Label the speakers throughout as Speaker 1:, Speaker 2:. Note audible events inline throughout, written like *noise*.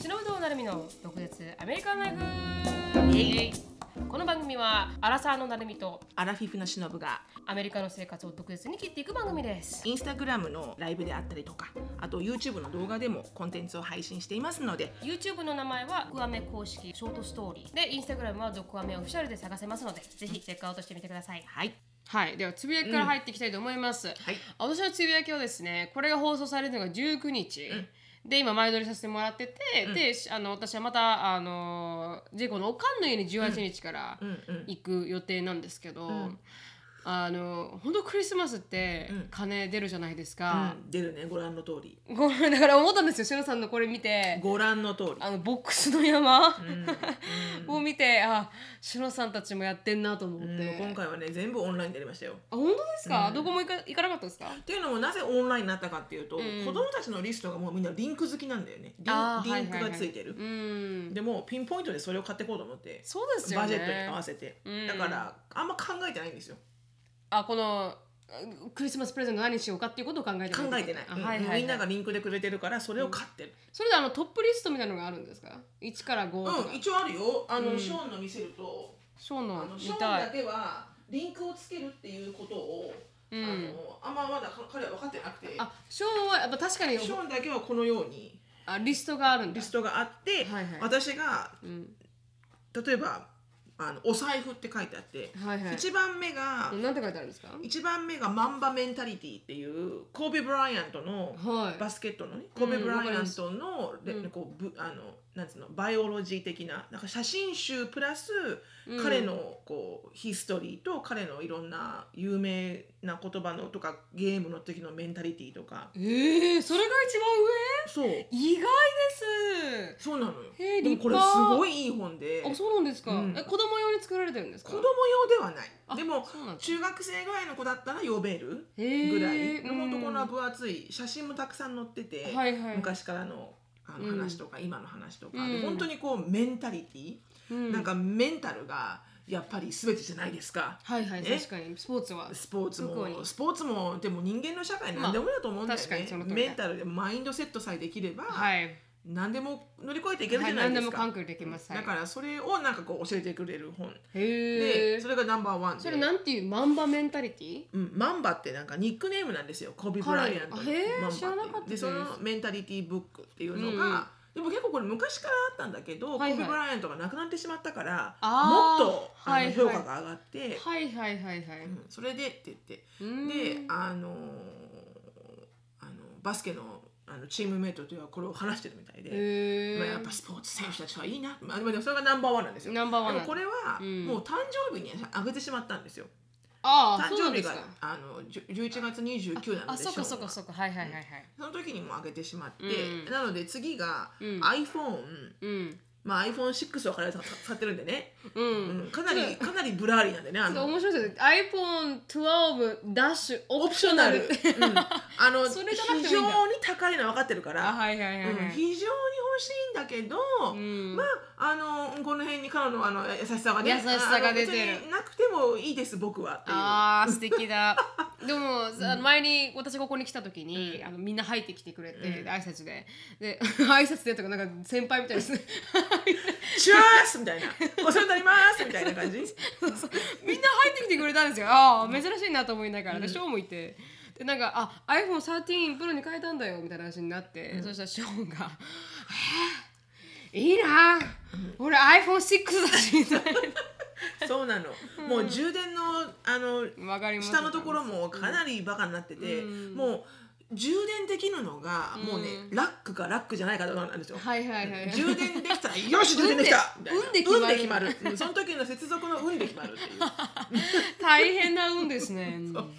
Speaker 1: 篠本成美の独舌アメリカンライフこの番組はアラサーの成美と
Speaker 2: アラフィフの忍が
Speaker 1: アメリカの生活を独舌に切っていく番組です
Speaker 2: インスタグラムのライブであったりとかあと YouTube の動画でもコンテンツを配信していますので
Speaker 1: YouTube の名前は「ドクアメ公式ショートストーリー」で Instagram は「ドクアメオフィシャル」で探せますのでぜひチェックアウトしてみてください
Speaker 2: はい
Speaker 1: はいではつぶやきから入っていきたいと思います、
Speaker 2: はい
Speaker 1: あ私のつぶやきはですねこれが放送されるのが19日、で今前撮りさせてもらってて、でしあの私はまたあのジェイコのおかんの家に18日から
Speaker 2: うんうん
Speaker 1: 行く予定なんですけど、
Speaker 2: ん
Speaker 1: あの本当クリスマスって
Speaker 2: うん
Speaker 1: 金出るじゃないですか、
Speaker 2: うん、出るねご覧の通り
Speaker 1: ごめんだから思ったんですよシロさんのこれ見て
Speaker 2: ご覧の通
Speaker 1: *laughs*
Speaker 2: り
Speaker 1: あのボックスの山、
Speaker 2: うん
Speaker 1: を見てあシロさんたちもやってんなと思って、
Speaker 2: うん今回はね全部オンラインでやりましたよ
Speaker 1: あ本当ですか、どこも行か行かなかったですか
Speaker 2: っていうのもなぜオンラインになったかっていうと、
Speaker 1: ん
Speaker 2: 子供たちのリストがもうみんなリンク好きなんだよねリ
Speaker 1: あー
Speaker 2: ン
Speaker 1: はい
Speaker 2: リンク
Speaker 1: はいは
Speaker 2: がついて
Speaker 1: う
Speaker 2: る、
Speaker 1: ん
Speaker 2: でもピンポイントでそれを買ってこうと思って
Speaker 1: そうですよね
Speaker 2: バジェットに合わせて、
Speaker 1: うん
Speaker 2: だからあんま考えてないんですよ
Speaker 1: あこのあクリスマスプレゼント何しようかっていうことを考えて
Speaker 2: 考えてない、
Speaker 1: あはいはい、はい、
Speaker 2: みんながリンクでくれてるからそれを買ってる、
Speaker 1: それであのトップリストみたいなのがあるんですか1から5とか、
Speaker 2: うん、一応あるよあの、ショーンの見せると
Speaker 1: ショー
Speaker 2: あ
Speaker 1: の
Speaker 2: の
Speaker 1: 見
Speaker 2: ショーン
Speaker 1: た
Speaker 2: だ
Speaker 1: い
Speaker 2: けはリンクをつけるっていうことを、
Speaker 1: うん
Speaker 2: あのあんままだか彼は分かってなくて
Speaker 1: あショーはやっぱ確かに
Speaker 2: ショーンだけはこのように
Speaker 1: あリストがあるんだ
Speaker 2: リストがあって、
Speaker 1: はいはい
Speaker 2: 私が
Speaker 1: うん
Speaker 2: 例えばあのお財布って書いてあって、
Speaker 1: はいはい
Speaker 2: 一番目が、
Speaker 1: なんて書いてあるんですか
Speaker 2: 一番目がマンバメンタリティっていうコービー・ブライアントの
Speaker 1: はい
Speaker 2: バスケットのね、コービー・ブライアントの,、で
Speaker 1: うん
Speaker 2: こうぶあのなんつうのバイオロジー的ななんか写真集プラス、彼のこうヒストリーと彼のいろんな有名な言葉のとかゲームの時のメンタリティとか
Speaker 1: えー、それが一番
Speaker 2: そう
Speaker 1: 上意外で
Speaker 2: そうなのよ
Speaker 1: へえ
Speaker 2: でもこれ
Speaker 1: 立
Speaker 2: す
Speaker 1: 派
Speaker 2: ごいいい本です
Speaker 1: あそうなんですか、
Speaker 2: うん
Speaker 1: え子供用に作られてるんですか
Speaker 2: 子供用ではな
Speaker 1: あ
Speaker 2: いでも
Speaker 1: そうなんだ
Speaker 2: 中学生ぐらいの子だったら呼べる
Speaker 1: へー
Speaker 2: ぐらいの本当こんな
Speaker 1: うん
Speaker 2: 分厚い写真もたくさん載ってて、
Speaker 1: はいはい
Speaker 2: 昔からのあの
Speaker 1: うん
Speaker 2: 話とか、今の話とか、
Speaker 1: うん
Speaker 2: で本当にこうメンタリティ、
Speaker 1: うん
Speaker 2: なんかメンタルがやっぱり全てじゃないですか。
Speaker 1: はいはい、
Speaker 2: ね
Speaker 1: 確かにスポーツは
Speaker 2: スポーツ
Speaker 1: 向こうに
Speaker 2: もスポーツもでも人間の社会何でもだと思うん
Speaker 1: ま
Speaker 2: だよ
Speaker 1: あ確かに
Speaker 2: ね、
Speaker 1: その通りだ
Speaker 2: メンタルでマインドセットさえできれば、
Speaker 1: はい
Speaker 2: 何でも乗り越えていけるじゃな
Speaker 1: は
Speaker 2: いですか、
Speaker 1: い何でも完結できますはい
Speaker 2: だからそれをなんかこう教えてくれる本
Speaker 1: へえ
Speaker 2: でそれがナンバーワンで
Speaker 1: それなんていうマンバメンタリティ
Speaker 2: うん、マンバってなんかニックネームなんですよコビ・ブライアントの
Speaker 1: 彼へー
Speaker 2: マンバって
Speaker 1: 知らなかった
Speaker 2: で
Speaker 1: です
Speaker 2: そのメンタリティブックっていうの
Speaker 1: うんうん
Speaker 2: が、でも結構これ昔からあったんだけど、
Speaker 1: はいはい
Speaker 2: コビ・ブライアントが亡くなってしまったから
Speaker 1: あー
Speaker 2: もっとあの、
Speaker 1: はいはい
Speaker 2: 評価が上がって、。
Speaker 1: はいはいはいはいう
Speaker 2: んそれでって言って
Speaker 1: うーん
Speaker 2: であのーあのバスケのあのチームメイトとはこれを話してるみたいで、
Speaker 1: へえ
Speaker 2: まあ、やっぱスポーツ選手たちはいいな、まあ、でもそれがナンバーワンなんですよ。
Speaker 1: ナンバーワン
Speaker 2: で
Speaker 1: なんだ
Speaker 2: もこれは
Speaker 1: うん
Speaker 2: もう誕生日にあげてしまったんですよ。
Speaker 1: ああそ
Speaker 2: 誕
Speaker 1: うなんで
Speaker 2: 生日
Speaker 1: す
Speaker 2: が
Speaker 1: か
Speaker 2: あのじゅ11月29なの
Speaker 1: あ
Speaker 2: で
Speaker 1: そうか
Speaker 2: シ
Speaker 1: そ
Speaker 2: ョー
Speaker 1: う
Speaker 2: ンは
Speaker 1: かそうかはいはいはいはい
Speaker 2: その時にもあげてしまって、
Speaker 1: うん
Speaker 2: なので次が
Speaker 1: うん
Speaker 2: iPhone、
Speaker 1: うん
Speaker 2: まあ、iPhone6 を彼らさ使ってるんでね、
Speaker 1: う
Speaker 2: うんん、かなりかなりブラーリーなんでねあ
Speaker 1: ちょっと
Speaker 2: の
Speaker 1: 面白いですね iPhone12 ダッシュオ
Speaker 2: オ
Speaker 1: プ
Speaker 2: プ
Speaker 1: シ
Speaker 2: シ
Speaker 1: ョ
Speaker 2: ョ
Speaker 1: ナ
Speaker 2: ナ
Speaker 1: ル
Speaker 2: ル、
Speaker 1: っ
Speaker 2: うん、
Speaker 1: て
Speaker 2: あの
Speaker 1: それじゃなくてもいいんだ
Speaker 2: 非常に高いのは分かってるか
Speaker 1: あ
Speaker 2: ら、
Speaker 1: はいはいはいは
Speaker 2: うん
Speaker 1: い
Speaker 2: 非常に欲しいんだけど、
Speaker 1: うん
Speaker 2: まああのこの辺に彼のあの優しさがね
Speaker 1: 優しさが出てる
Speaker 2: あの別になくてもいいです僕はっていう
Speaker 1: あー素敵
Speaker 2: *laughs*
Speaker 1: だでも、さ前に私がここに来た時に、あのみんな入ってきてくれて、で挨拶でで *laughs* 挨拶でとかなんか先輩みたい
Speaker 2: *laughs*
Speaker 1: です
Speaker 2: チュースみたいなお世話になりますみたいな感じ
Speaker 1: *laughs* みんな入ってきてくれたんですよああ珍しいなと思いながらでショーもいてでなんか「あ iPhone13 プロに変えたんだよ」みたいな話になって、そしたらショーンが「えー、いいな俺 iPhone6 だし」 *laughs* みたい
Speaker 2: そうなの、もう充電のあの
Speaker 1: なわかります
Speaker 2: 下のところもかなりバカになってて、もう充電できるのが、もうねラックかラックじゃないかとかなんですよ。
Speaker 1: はいはいはい
Speaker 2: 充電できたらよし充電できた
Speaker 1: 運
Speaker 2: み
Speaker 1: で
Speaker 2: たいな
Speaker 1: 運で決まる
Speaker 2: 運で決まるうんその時の接続の運で決まるっていう
Speaker 1: 大変な運ですね、う
Speaker 2: *laughs*
Speaker 1: んど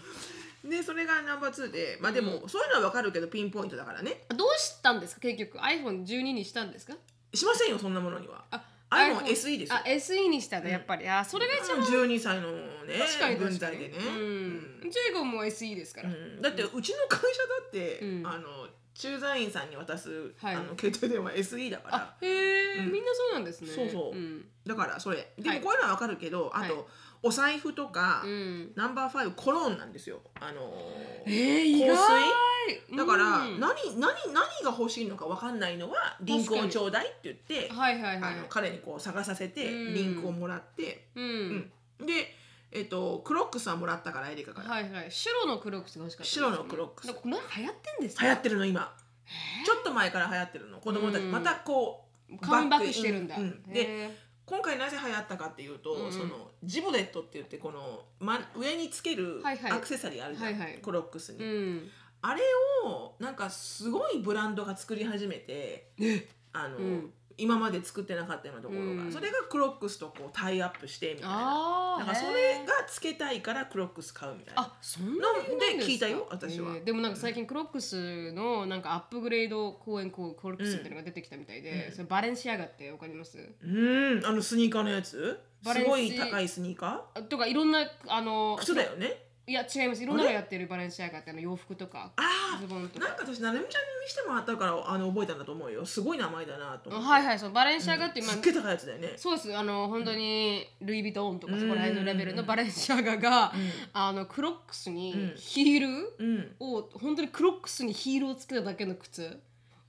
Speaker 2: でそれがナンバー2でまあでも、そういうのは分かるけどピンポイントだからね
Speaker 1: うしたんですか結局 iPhone12 にしたんですか
Speaker 2: しませんよそんなものには
Speaker 1: あ
Speaker 2: iPhone SE ですよ
Speaker 1: あ SE にしたんだやっぱり、あそれが一番
Speaker 2: 12歳の
Speaker 1: 確かに確
Speaker 2: ね分
Speaker 1: かに
Speaker 2: 際でね、
Speaker 1: うんジェイコンも SE ですから、
Speaker 2: うんだってうちの会社だって、
Speaker 1: うん
Speaker 2: あの駐在員さんに渡す、
Speaker 1: はい
Speaker 2: あの携帯電話 SE だから
Speaker 1: あへえ、みんなそうなんですね
Speaker 2: そうそう
Speaker 1: うん、
Speaker 2: だからそれで
Speaker 1: は
Speaker 2: も
Speaker 1: い
Speaker 2: こういうのはわかるけど、あと、
Speaker 1: はい
Speaker 2: お財布とか、
Speaker 1: うん
Speaker 2: ナンバーファイブコロンなんですよあのー
Speaker 1: えー、意
Speaker 2: 香
Speaker 1: 外
Speaker 2: 水
Speaker 1: りうん
Speaker 2: だから何何何が欲しいのか分かんないのはリンクをちょうだいって言って
Speaker 1: はいはいは
Speaker 2: あ
Speaker 1: い
Speaker 2: の彼にこう探させて
Speaker 1: うん
Speaker 2: リンクをもらって、
Speaker 1: う
Speaker 2: うん
Speaker 1: ん
Speaker 2: で、えっと、クロックスはもらったからエリカから、
Speaker 1: はいはい白のクロックスが欲しかったですね
Speaker 2: 白のクロックス
Speaker 1: なんかこれ流行ってんですか
Speaker 2: 流行ってるの今
Speaker 1: えー
Speaker 2: ちょっと前から流行ってるの子供たち、
Speaker 1: うん
Speaker 2: またこう
Speaker 1: カウンバックしてるんだ、
Speaker 2: うんうんで
Speaker 1: へ
Speaker 2: 今回なぜ流行ったかっていうと、
Speaker 1: うんうん
Speaker 2: そのジボレットって言ってこの、ま、上につける
Speaker 1: はいはい
Speaker 2: アクセサリーあるじゃん、
Speaker 1: はいはい
Speaker 2: クロックス
Speaker 1: ーう
Speaker 2: に、
Speaker 1: ん
Speaker 2: あれをなんかすごいブランドが作り始めてあの、
Speaker 1: うん
Speaker 2: 今まで作ってなかったようなところが、
Speaker 1: うん
Speaker 2: それがクロックスとこうタイアップしてみたいな
Speaker 1: あ
Speaker 2: だ
Speaker 1: あ
Speaker 2: からそれがつけたいからクロックス買うみたいな
Speaker 1: あそんなになんすか
Speaker 2: で聞いたよ私は
Speaker 1: でもなんか最近クロックスのなんかアップグレード公演こうクロックスっていうのが出てきたみたいで、
Speaker 2: うん
Speaker 1: それバレンシアガってわかります
Speaker 2: うんあのスニーカーのやつ
Speaker 1: バレ
Speaker 2: す
Speaker 1: ンシ
Speaker 2: ごい高いスニーカ
Speaker 1: あとかいろんなあの
Speaker 2: ー靴だよね
Speaker 1: いや違いますいろんなのやってるバレンシアガってあの洋服とか
Speaker 2: あ
Speaker 1: ズボン
Speaker 2: あ
Speaker 1: と
Speaker 2: なん
Speaker 1: か
Speaker 2: か私なるみちゃんに見してもらったからあの覚えたんだと思うよすごい名前だなと思って、
Speaker 1: はいはいそうバレンシアガって今、
Speaker 2: すっげえ高いやつだよね
Speaker 1: そうですあの本当にルイ・ヴィトンとかそこら辺のレベルのバレンシアガが、あのクロックスに
Speaker 2: うん
Speaker 1: ヒール、
Speaker 2: うん
Speaker 1: を本当にクロックスにヒールをつけただけの靴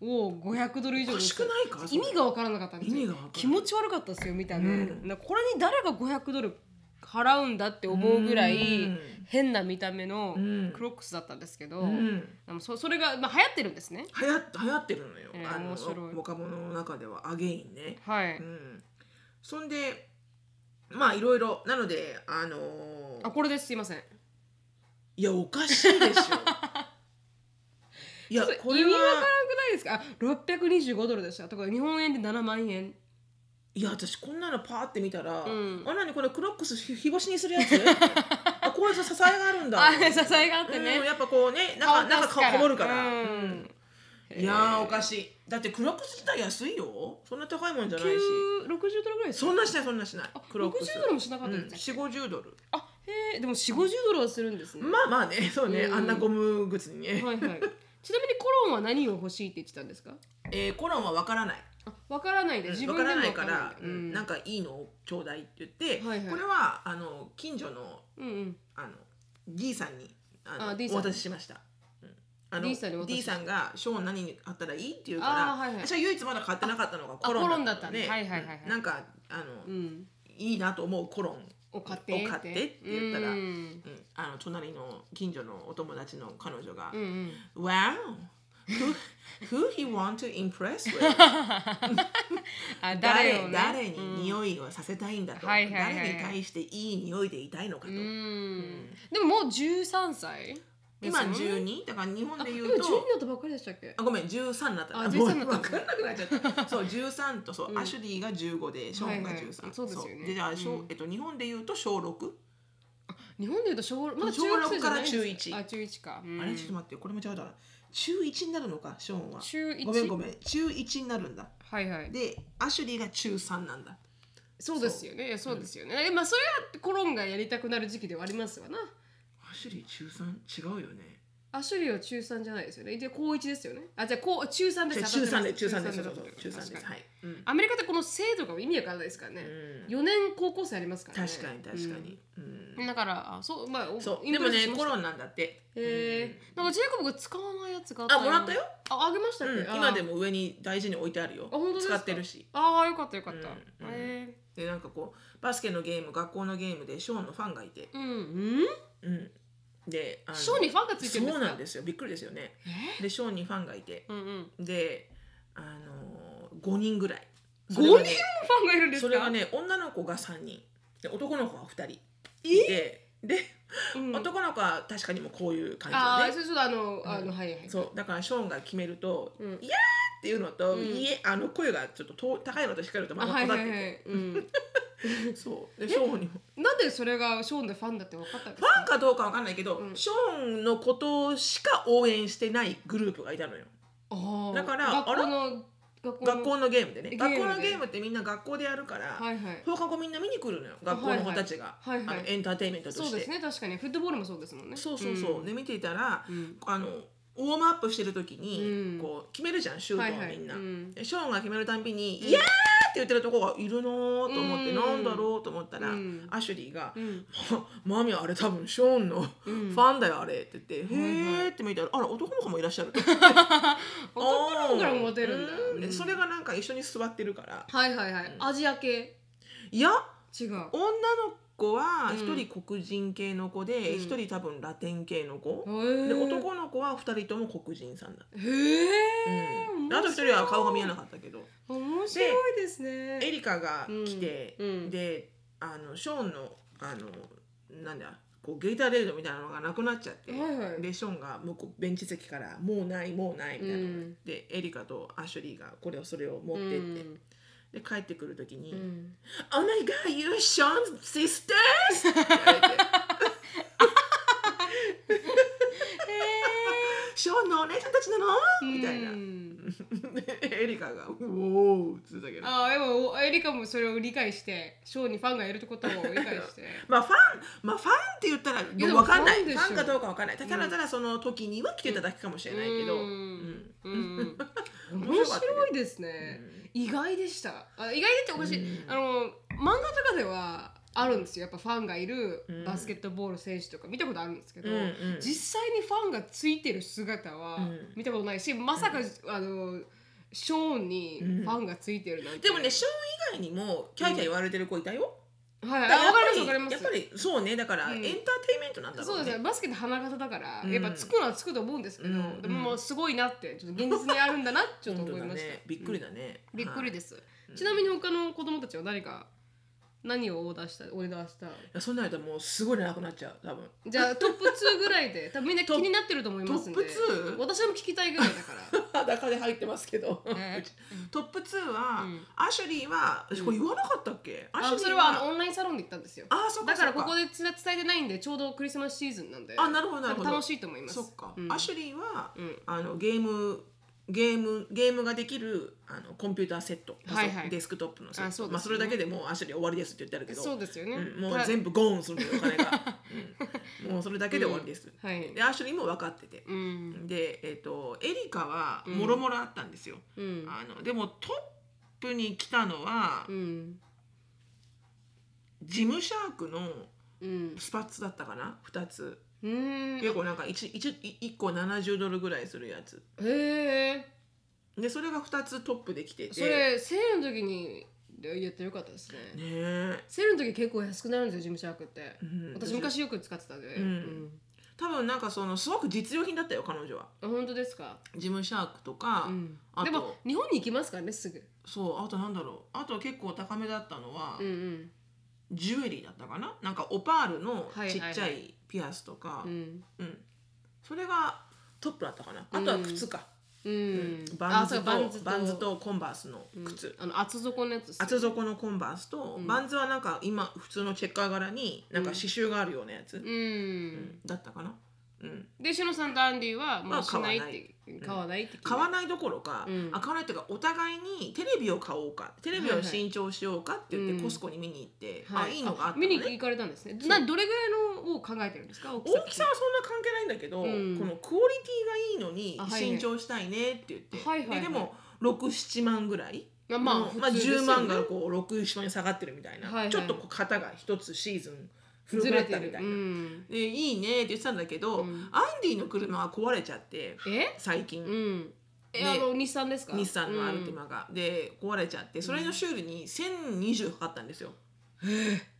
Speaker 1: を500ドル以
Speaker 2: お
Speaker 1: 上
Speaker 2: かしくないか
Speaker 1: 意味が分からなかったんですよ
Speaker 2: 意味がわからない
Speaker 1: 気持ち悪かったですよ見た目、
Speaker 2: うん
Speaker 1: なこれに誰が500ドル払うんだって思うぐらい
Speaker 2: うん
Speaker 1: 変な見た目の
Speaker 2: うん
Speaker 1: クロックスだったんですけど、
Speaker 2: うん
Speaker 1: でもそそれが、まあ、流行ってるんですね
Speaker 2: 流行流行ってるのよ、
Speaker 1: えー
Speaker 2: あの
Speaker 1: 面白い
Speaker 2: 若者の中ではアゲインね、
Speaker 1: はい、
Speaker 2: うん、そんでまあいろいろなのであのー
Speaker 1: あこれですすいません
Speaker 2: いやおかし
Speaker 1: *laughs*
Speaker 2: いでしょいや
Speaker 1: ちょっと
Speaker 2: これ
Speaker 1: 意味わからなく
Speaker 2: は
Speaker 1: ないですかあ625ドルでしたとか日本円で7万円
Speaker 2: いや私こんなのパーって見たら、
Speaker 1: うん
Speaker 2: あなにこれクロックスひ日干しにする
Speaker 1: *laughs*
Speaker 2: やつあこういう支えがあるんだ
Speaker 1: あ支えがあってね
Speaker 2: うん、やっぱこうね中中かこもるから、
Speaker 1: うん
Speaker 2: うんいやーおかしいだってクロックス自体安いよそんな高いもんじゃないし
Speaker 1: 9 60ドルぐらいですか
Speaker 2: そんなしないそんなしない
Speaker 1: あ
Speaker 2: クロックス
Speaker 1: 60ドルもしなかった
Speaker 2: うん
Speaker 1: ですね、
Speaker 2: 四五十ドル
Speaker 1: あへえでも4 5 0ドルはするんですね、
Speaker 2: まあまあねそうね、
Speaker 1: うん
Speaker 2: あんなゴム靴にね、
Speaker 1: はいはいちなみにコロンは何を欲しいって言ってたんですか
Speaker 2: えーコロンはわからない
Speaker 1: あわからないで
Speaker 2: うん
Speaker 1: 自
Speaker 2: わ
Speaker 1: 分
Speaker 2: か
Speaker 1: でも
Speaker 2: らない
Speaker 1: わ
Speaker 2: から、
Speaker 1: う
Speaker 2: うん
Speaker 1: ん
Speaker 2: なんかいいのをちょうだいって言って、
Speaker 1: はいはい
Speaker 2: これはあの近所の
Speaker 1: うんうん
Speaker 2: あの D さんにあの
Speaker 1: あ D さん
Speaker 2: お渡ししました。うんあの
Speaker 1: D さんにお渡し
Speaker 2: D さんが「ショーン何にあったらいい?」って言うか
Speaker 1: あー
Speaker 2: ら、
Speaker 1: はいはい
Speaker 2: 私は唯一まだ買ってなかったのがコロンので
Speaker 1: コロンだったねはいはいはいはい
Speaker 2: うんなんかあの、
Speaker 1: うん
Speaker 2: いいなと思うコロン
Speaker 1: を買ってって
Speaker 2: を買ってって言ったら
Speaker 1: うん
Speaker 2: うんあの隣の近所のお友達の彼女が
Speaker 1: うんうん、
Speaker 2: 「Wow! Who, who he want to impress with?
Speaker 1: あ
Speaker 2: 誰
Speaker 1: をね
Speaker 2: 誰に匂いをさせたいんだと、
Speaker 1: はいはいはいはい
Speaker 2: 誰に対していい匂いでいたいのかと」
Speaker 1: うん、うん、でももう13歳
Speaker 2: 今
Speaker 1: ですよね
Speaker 2: 12だから日本
Speaker 1: あ
Speaker 2: で
Speaker 1: 今12
Speaker 2: 言
Speaker 1: に
Speaker 2: う
Speaker 1: な
Speaker 2: と
Speaker 1: ったばっかりでしたっけ
Speaker 2: あごめん13になった
Speaker 1: あ13
Speaker 2: もう
Speaker 1: になった
Speaker 2: 分かんなくなっちゃったそう13とそう、アシュリーが15でショーンが13、
Speaker 1: はいはいそうですよね
Speaker 2: でじゃあ、小
Speaker 1: うん
Speaker 2: えっと、日本で言うと小6、
Speaker 1: 日本で言うと小まだ中学生じゃない
Speaker 2: 小六から中一
Speaker 1: あ中1か、うん
Speaker 2: あれちょっと待ってこれも違うだろ中1になるのかショーンは
Speaker 1: 中1
Speaker 2: ごめんごめん中1になるんだ
Speaker 1: はいはい
Speaker 2: でアシュリーが中3なんだ
Speaker 1: そうですよねいやそうですよね、まあそれはコロンがやりたくなる時期ではありますわな
Speaker 2: アシュリー中 3? 違うよね
Speaker 1: アシュリーは中3じゃないですよねで高1ですよねあじゃあ高中3で
Speaker 2: じ
Speaker 1: す
Speaker 2: ゃあ中3で
Speaker 1: 当
Speaker 2: 中
Speaker 1: たっ
Speaker 2: 3
Speaker 1: てます
Speaker 2: でそう
Speaker 1: 当
Speaker 2: そ
Speaker 1: た
Speaker 2: う
Speaker 1: ってます
Speaker 2: 中3です
Speaker 1: 確か
Speaker 2: はい、うん
Speaker 1: にアメリカってこの制度が意味わからないですからね、
Speaker 2: うん
Speaker 1: 四4年高校生ありますからね
Speaker 2: 確かに確かに、うん
Speaker 1: うんだからあそうまあお
Speaker 2: そう
Speaker 1: イン
Speaker 2: で
Speaker 1: プ
Speaker 2: も
Speaker 1: レス
Speaker 2: ね
Speaker 1: しまし
Speaker 2: コ
Speaker 1: た
Speaker 2: ロンなんだって
Speaker 1: へえなんかジェイコブが使わないやつがあっ
Speaker 2: あ
Speaker 1: た
Speaker 2: もらったよ、
Speaker 1: ああげましたっけ、
Speaker 2: うん
Speaker 1: あー
Speaker 2: 今でも上に大事に置いてあるよ
Speaker 1: あ本当です
Speaker 2: 使
Speaker 1: か
Speaker 2: ってるし
Speaker 1: ああよかったよかった、
Speaker 2: うんうん
Speaker 1: へ
Speaker 2: でなんかこうバスケのゲーム学校のゲームでショーンのファンがいて
Speaker 1: え、うんうん
Speaker 2: うん、であの
Speaker 1: ショーにファンがついてるんです
Speaker 2: そ
Speaker 1: か
Speaker 2: うなんですよびっくりですよねでショーンにファンがいて
Speaker 1: うんうん
Speaker 2: であの5人ぐらい
Speaker 1: 5
Speaker 2: そ
Speaker 1: 人
Speaker 2: れ
Speaker 1: も
Speaker 2: が
Speaker 1: フ
Speaker 2: ね
Speaker 1: ァンがいるんですか
Speaker 2: それがね女の子が3人で男の子が2人でで、
Speaker 1: うん
Speaker 2: 男の子は確かにもうこういう感
Speaker 1: ああ
Speaker 2: じで、
Speaker 1: そうそうあの、あの
Speaker 2: うん
Speaker 1: はいはい
Speaker 2: そうだからショーンが決めると「
Speaker 1: うん
Speaker 2: いやー!」っていうのと「
Speaker 1: うん
Speaker 2: いえ」あの声がちょっとと高いのと低いのとま
Speaker 1: あ
Speaker 2: だ
Speaker 1: はい
Speaker 2: 混ざ
Speaker 1: はい
Speaker 2: ってて、
Speaker 1: はい、うん、
Speaker 2: そうでショーンにも
Speaker 1: なんでそれがショーンでファンだって分かったんです
Speaker 2: ファンかどうかわかんないけど、
Speaker 1: うん
Speaker 2: ショーンのことしか応援してないグループがいたのよ
Speaker 1: ああ
Speaker 2: だから
Speaker 1: 学校の学校の
Speaker 2: 学校のゲームでね
Speaker 1: ゲームで
Speaker 2: 学校のゲームってみんな学校でやるから、
Speaker 1: はいはい
Speaker 2: 放課後みんな見に来るのよ学校の子たちが、
Speaker 1: はいはいはいはい
Speaker 2: あのエンターテインメントとして
Speaker 1: そうですね確かにフットボールもそうですもんね
Speaker 2: そうそうそう、で見ていたら
Speaker 1: うん、うん
Speaker 2: あのウォームアップしてる時に、
Speaker 1: うん
Speaker 2: こう決めるじゃんシュートをみんな、
Speaker 1: はいはいうん
Speaker 2: でショーンが決めるたんびに「イエーイ!」っって言ってるとこがいるなーと思って、
Speaker 1: うん
Speaker 2: なんだろうと思ったら、
Speaker 1: うん
Speaker 2: アシュリーが「 *laughs*
Speaker 1: うん
Speaker 2: マミあれ多分ショーンのフ
Speaker 1: ん
Speaker 2: ァンだよあれ」って言って「
Speaker 1: はいは
Speaker 2: へ
Speaker 1: い
Speaker 2: ーって見たら「あら男の子もいらっしゃる」
Speaker 1: 男の子からもモテるんだ
Speaker 2: う
Speaker 1: うん
Speaker 2: それがなんか一緒に座ってるから
Speaker 1: はいはいはいアジア系
Speaker 2: いや
Speaker 1: 違う
Speaker 2: 女の子は
Speaker 1: うん
Speaker 2: 一人黒人系の子で
Speaker 1: うん
Speaker 2: 一、人多分ラテン系の子、
Speaker 1: で
Speaker 2: で男の子は二人とも黒人さんだ、
Speaker 1: へえ
Speaker 2: うん、であと一人は顔が見えなかったけど
Speaker 1: 面白いですね
Speaker 2: エリカが来て、
Speaker 1: うんうん
Speaker 2: であのショーンのあのなんだこうゲーターレードみたいなのがなくなっちゃって、
Speaker 1: はいはい
Speaker 2: でショーンが向こうベンチ席から「もうないもうない」みたいな、
Speaker 1: うん
Speaker 2: でエリカとアシュリーがこれをそれを持
Speaker 1: う
Speaker 2: ってって、
Speaker 1: ん
Speaker 2: で帰ってくる時に「
Speaker 1: うん、
Speaker 2: Oh my god, you're Sean's sisters!
Speaker 1: *laughs*
Speaker 2: って言われて」ショーンのお姉さんたちなの *laughs* みたいな
Speaker 1: う。ん
Speaker 2: でエリカが「おお」って言ってたけど
Speaker 1: ああでもエリカもそれを理解してショーにファンがいるってことを理解して
Speaker 2: *laughs* まあファンまあファンって言ったら
Speaker 1: でも
Speaker 2: 分かんない
Speaker 1: ファ
Speaker 2: フ
Speaker 1: ンでしょ
Speaker 2: ァンかどうか分かんないただただその時には来てただけかもしれないけど、
Speaker 1: う
Speaker 2: うん
Speaker 1: ん、
Speaker 2: *laughs*
Speaker 1: うん
Speaker 2: うん
Speaker 1: 面白いですね、意外でしたあ意外でっておかしい、
Speaker 2: うん
Speaker 1: あの漫画とかではあるんですよやっぱファンがいる
Speaker 2: うん
Speaker 1: バスケットボール選手とか見たことあるんですけど、
Speaker 2: うんうん
Speaker 1: 実際にファンがついてる姿は
Speaker 2: うん
Speaker 1: 見たことないし、まさか、あのショーンにファンがついてるなんて、
Speaker 2: でもねショーン以外にもキャーキャー言われてる子いたよ、
Speaker 1: はいはい
Speaker 2: だから
Speaker 1: わかります
Speaker 2: や
Speaker 1: わか
Speaker 2: っ
Speaker 1: りま
Speaker 2: ぱりやっ
Speaker 1: す
Speaker 2: ぱりそうねだからエ
Speaker 1: う
Speaker 2: ン
Speaker 1: ん
Speaker 2: ターテインメントなんだ
Speaker 1: そ
Speaker 2: ろう
Speaker 1: うです
Speaker 2: ね
Speaker 1: ねバスケって花形だから、
Speaker 2: うん
Speaker 1: やっぱつくのはつくと思うんですけど、
Speaker 2: うん
Speaker 1: でももうすごいなってちょっと現実にあるんだなってちょっと
Speaker 2: 本当
Speaker 1: 思い
Speaker 2: だ
Speaker 1: ました、
Speaker 2: ねびっくりだね、
Speaker 1: びっくり
Speaker 2: で、
Speaker 1: です、ちなみに他の子供たちは何か何をオーダーしたオーダーした
Speaker 2: いやそんなのやったらもうすごい長くなっちゃう多分
Speaker 1: じ
Speaker 2: *laughs*
Speaker 1: ゃあトップ2ぐらいで多分みんな気になってると思いますんで
Speaker 2: トップ 2?
Speaker 1: 私も聞きたいぐらいだから
Speaker 2: 裸で入ってますけど、 *laughs*
Speaker 1: ね
Speaker 2: トップ2は、
Speaker 1: うん
Speaker 2: アシュリーはこれ言わなかったっけ、アシ
Speaker 1: あ
Speaker 2: ュリー
Speaker 1: それはあのオンラインサロンで行ったんですよ
Speaker 2: あーそっか
Speaker 1: だからここ
Speaker 2: で
Speaker 1: でつな伝えてないんでちょうどクリスマスシーズンなんで
Speaker 2: あなるほどなるほど
Speaker 1: 多分楽しいと思います
Speaker 2: そっか、
Speaker 1: うん
Speaker 2: アシュリーは、
Speaker 1: うん
Speaker 2: あのゲームゲームゲームができるあのコンピューターセット、
Speaker 1: はいはい
Speaker 2: デスクトップのセット
Speaker 1: あそうですね
Speaker 2: まあ、それだけでもうアシュリー終わりですって言ってあるけど
Speaker 1: そうですよね、
Speaker 2: うんもう全部ゴーンするのよお金
Speaker 1: *laughs*
Speaker 2: が、うんもうそれだけで終わりです、
Speaker 1: 部はい
Speaker 2: でアシュリーも分かってて、
Speaker 1: うん
Speaker 2: で、えっとエリカは
Speaker 1: うん
Speaker 2: もろもろあったんですよ、
Speaker 1: うん
Speaker 2: あのでもトップに来たのは、
Speaker 1: うん
Speaker 2: ジムシャークの
Speaker 1: うん
Speaker 2: スパッツだったかな2つ
Speaker 1: うん
Speaker 2: 結構なんか 1, 1個70ドルぐらいするやつ
Speaker 1: へえ
Speaker 2: でそれが2つトップできてて
Speaker 1: それセールの時にやってよかったですね
Speaker 2: ねえ、
Speaker 1: セールの時結構安くなるんですよジムシャークって、
Speaker 2: うん
Speaker 1: 私昔よく使ってたんで、
Speaker 2: うん多分なんかそのすごく実用品だったよ彼女は
Speaker 1: うんあ本当ですか
Speaker 2: ジムシャークとか、
Speaker 1: うん
Speaker 2: あと
Speaker 1: でも日本に行きますからねすぐ、
Speaker 2: そうあとなんだろうあと結構高めだったのは、
Speaker 1: うんうん
Speaker 2: ジュエリーだったかななんかオパールの
Speaker 1: はい
Speaker 2: ちっちゃ
Speaker 1: はい
Speaker 2: ピアスとか、
Speaker 1: うん
Speaker 2: うんそれがトップだったかなあとは靴か、
Speaker 1: うん
Speaker 2: うんバン
Speaker 1: あそう
Speaker 2: ズと
Speaker 1: バンズと
Speaker 2: バンズとコンバースの靴、
Speaker 1: うんあの厚底のやつですよ
Speaker 2: 厚底のコンバースと、
Speaker 1: ん
Speaker 2: バンズはなんか今普通のチェッカー柄になんか刺繍があるようなやつ、
Speaker 1: うん、
Speaker 2: だったかな、うん、
Speaker 1: でシノさんとアンディはもうしないっ
Speaker 2: まあ
Speaker 1: て買わないって
Speaker 2: 買わ
Speaker 1: ない
Speaker 2: ないどころか、
Speaker 1: うん
Speaker 2: あ買わないっていうかお互いにテレビを買おうかテレビ
Speaker 1: は
Speaker 2: を
Speaker 1: いはい
Speaker 2: 新調しようかって言っ
Speaker 1: う
Speaker 2: て
Speaker 1: ん
Speaker 2: コスコに見に行って、
Speaker 1: は
Speaker 2: あいいのがあったの
Speaker 1: 見に
Speaker 2: ね
Speaker 1: 行かれたんですね
Speaker 2: う
Speaker 1: などれぐらいのを考えてるんですか大
Speaker 2: 大きさはそんな関係ないんだけど、
Speaker 1: うん
Speaker 2: このクオリティ
Speaker 1: あ
Speaker 2: がいいの
Speaker 1: は
Speaker 2: に
Speaker 1: いはい
Speaker 2: 新調したいねって言って、
Speaker 1: はいはいはい
Speaker 2: ででも67万ぐらい、
Speaker 1: まあ、まあ
Speaker 2: のまあ、
Speaker 1: 普通ですよ
Speaker 2: 10
Speaker 1: ね
Speaker 2: 万がこう67万に下がってるみたいな、
Speaker 1: はいはい
Speaker 2: ちょっとこう型が一つシーズン古
Speaker 1: ず
Speaker 2: くな
Speaker 1: れ
Speaker 2: ってた
Speaker 1: る
Speaker 2: みたいな。
Speaker 1: うん
Speaker 2: でいいねって言ってたんだけど、
Speaker 1: うん
Speaker 2: アンディの車は壊れちゃって
Speaker 1: え
Speaker 2: 最近、
Speaker 1: うんえ
Speaker 2: ね
Speaker 1: あの日産ですか
Speaker 2: 日産のアルティマが、で壊れちゃってそれの修理に1020かかったんですよ、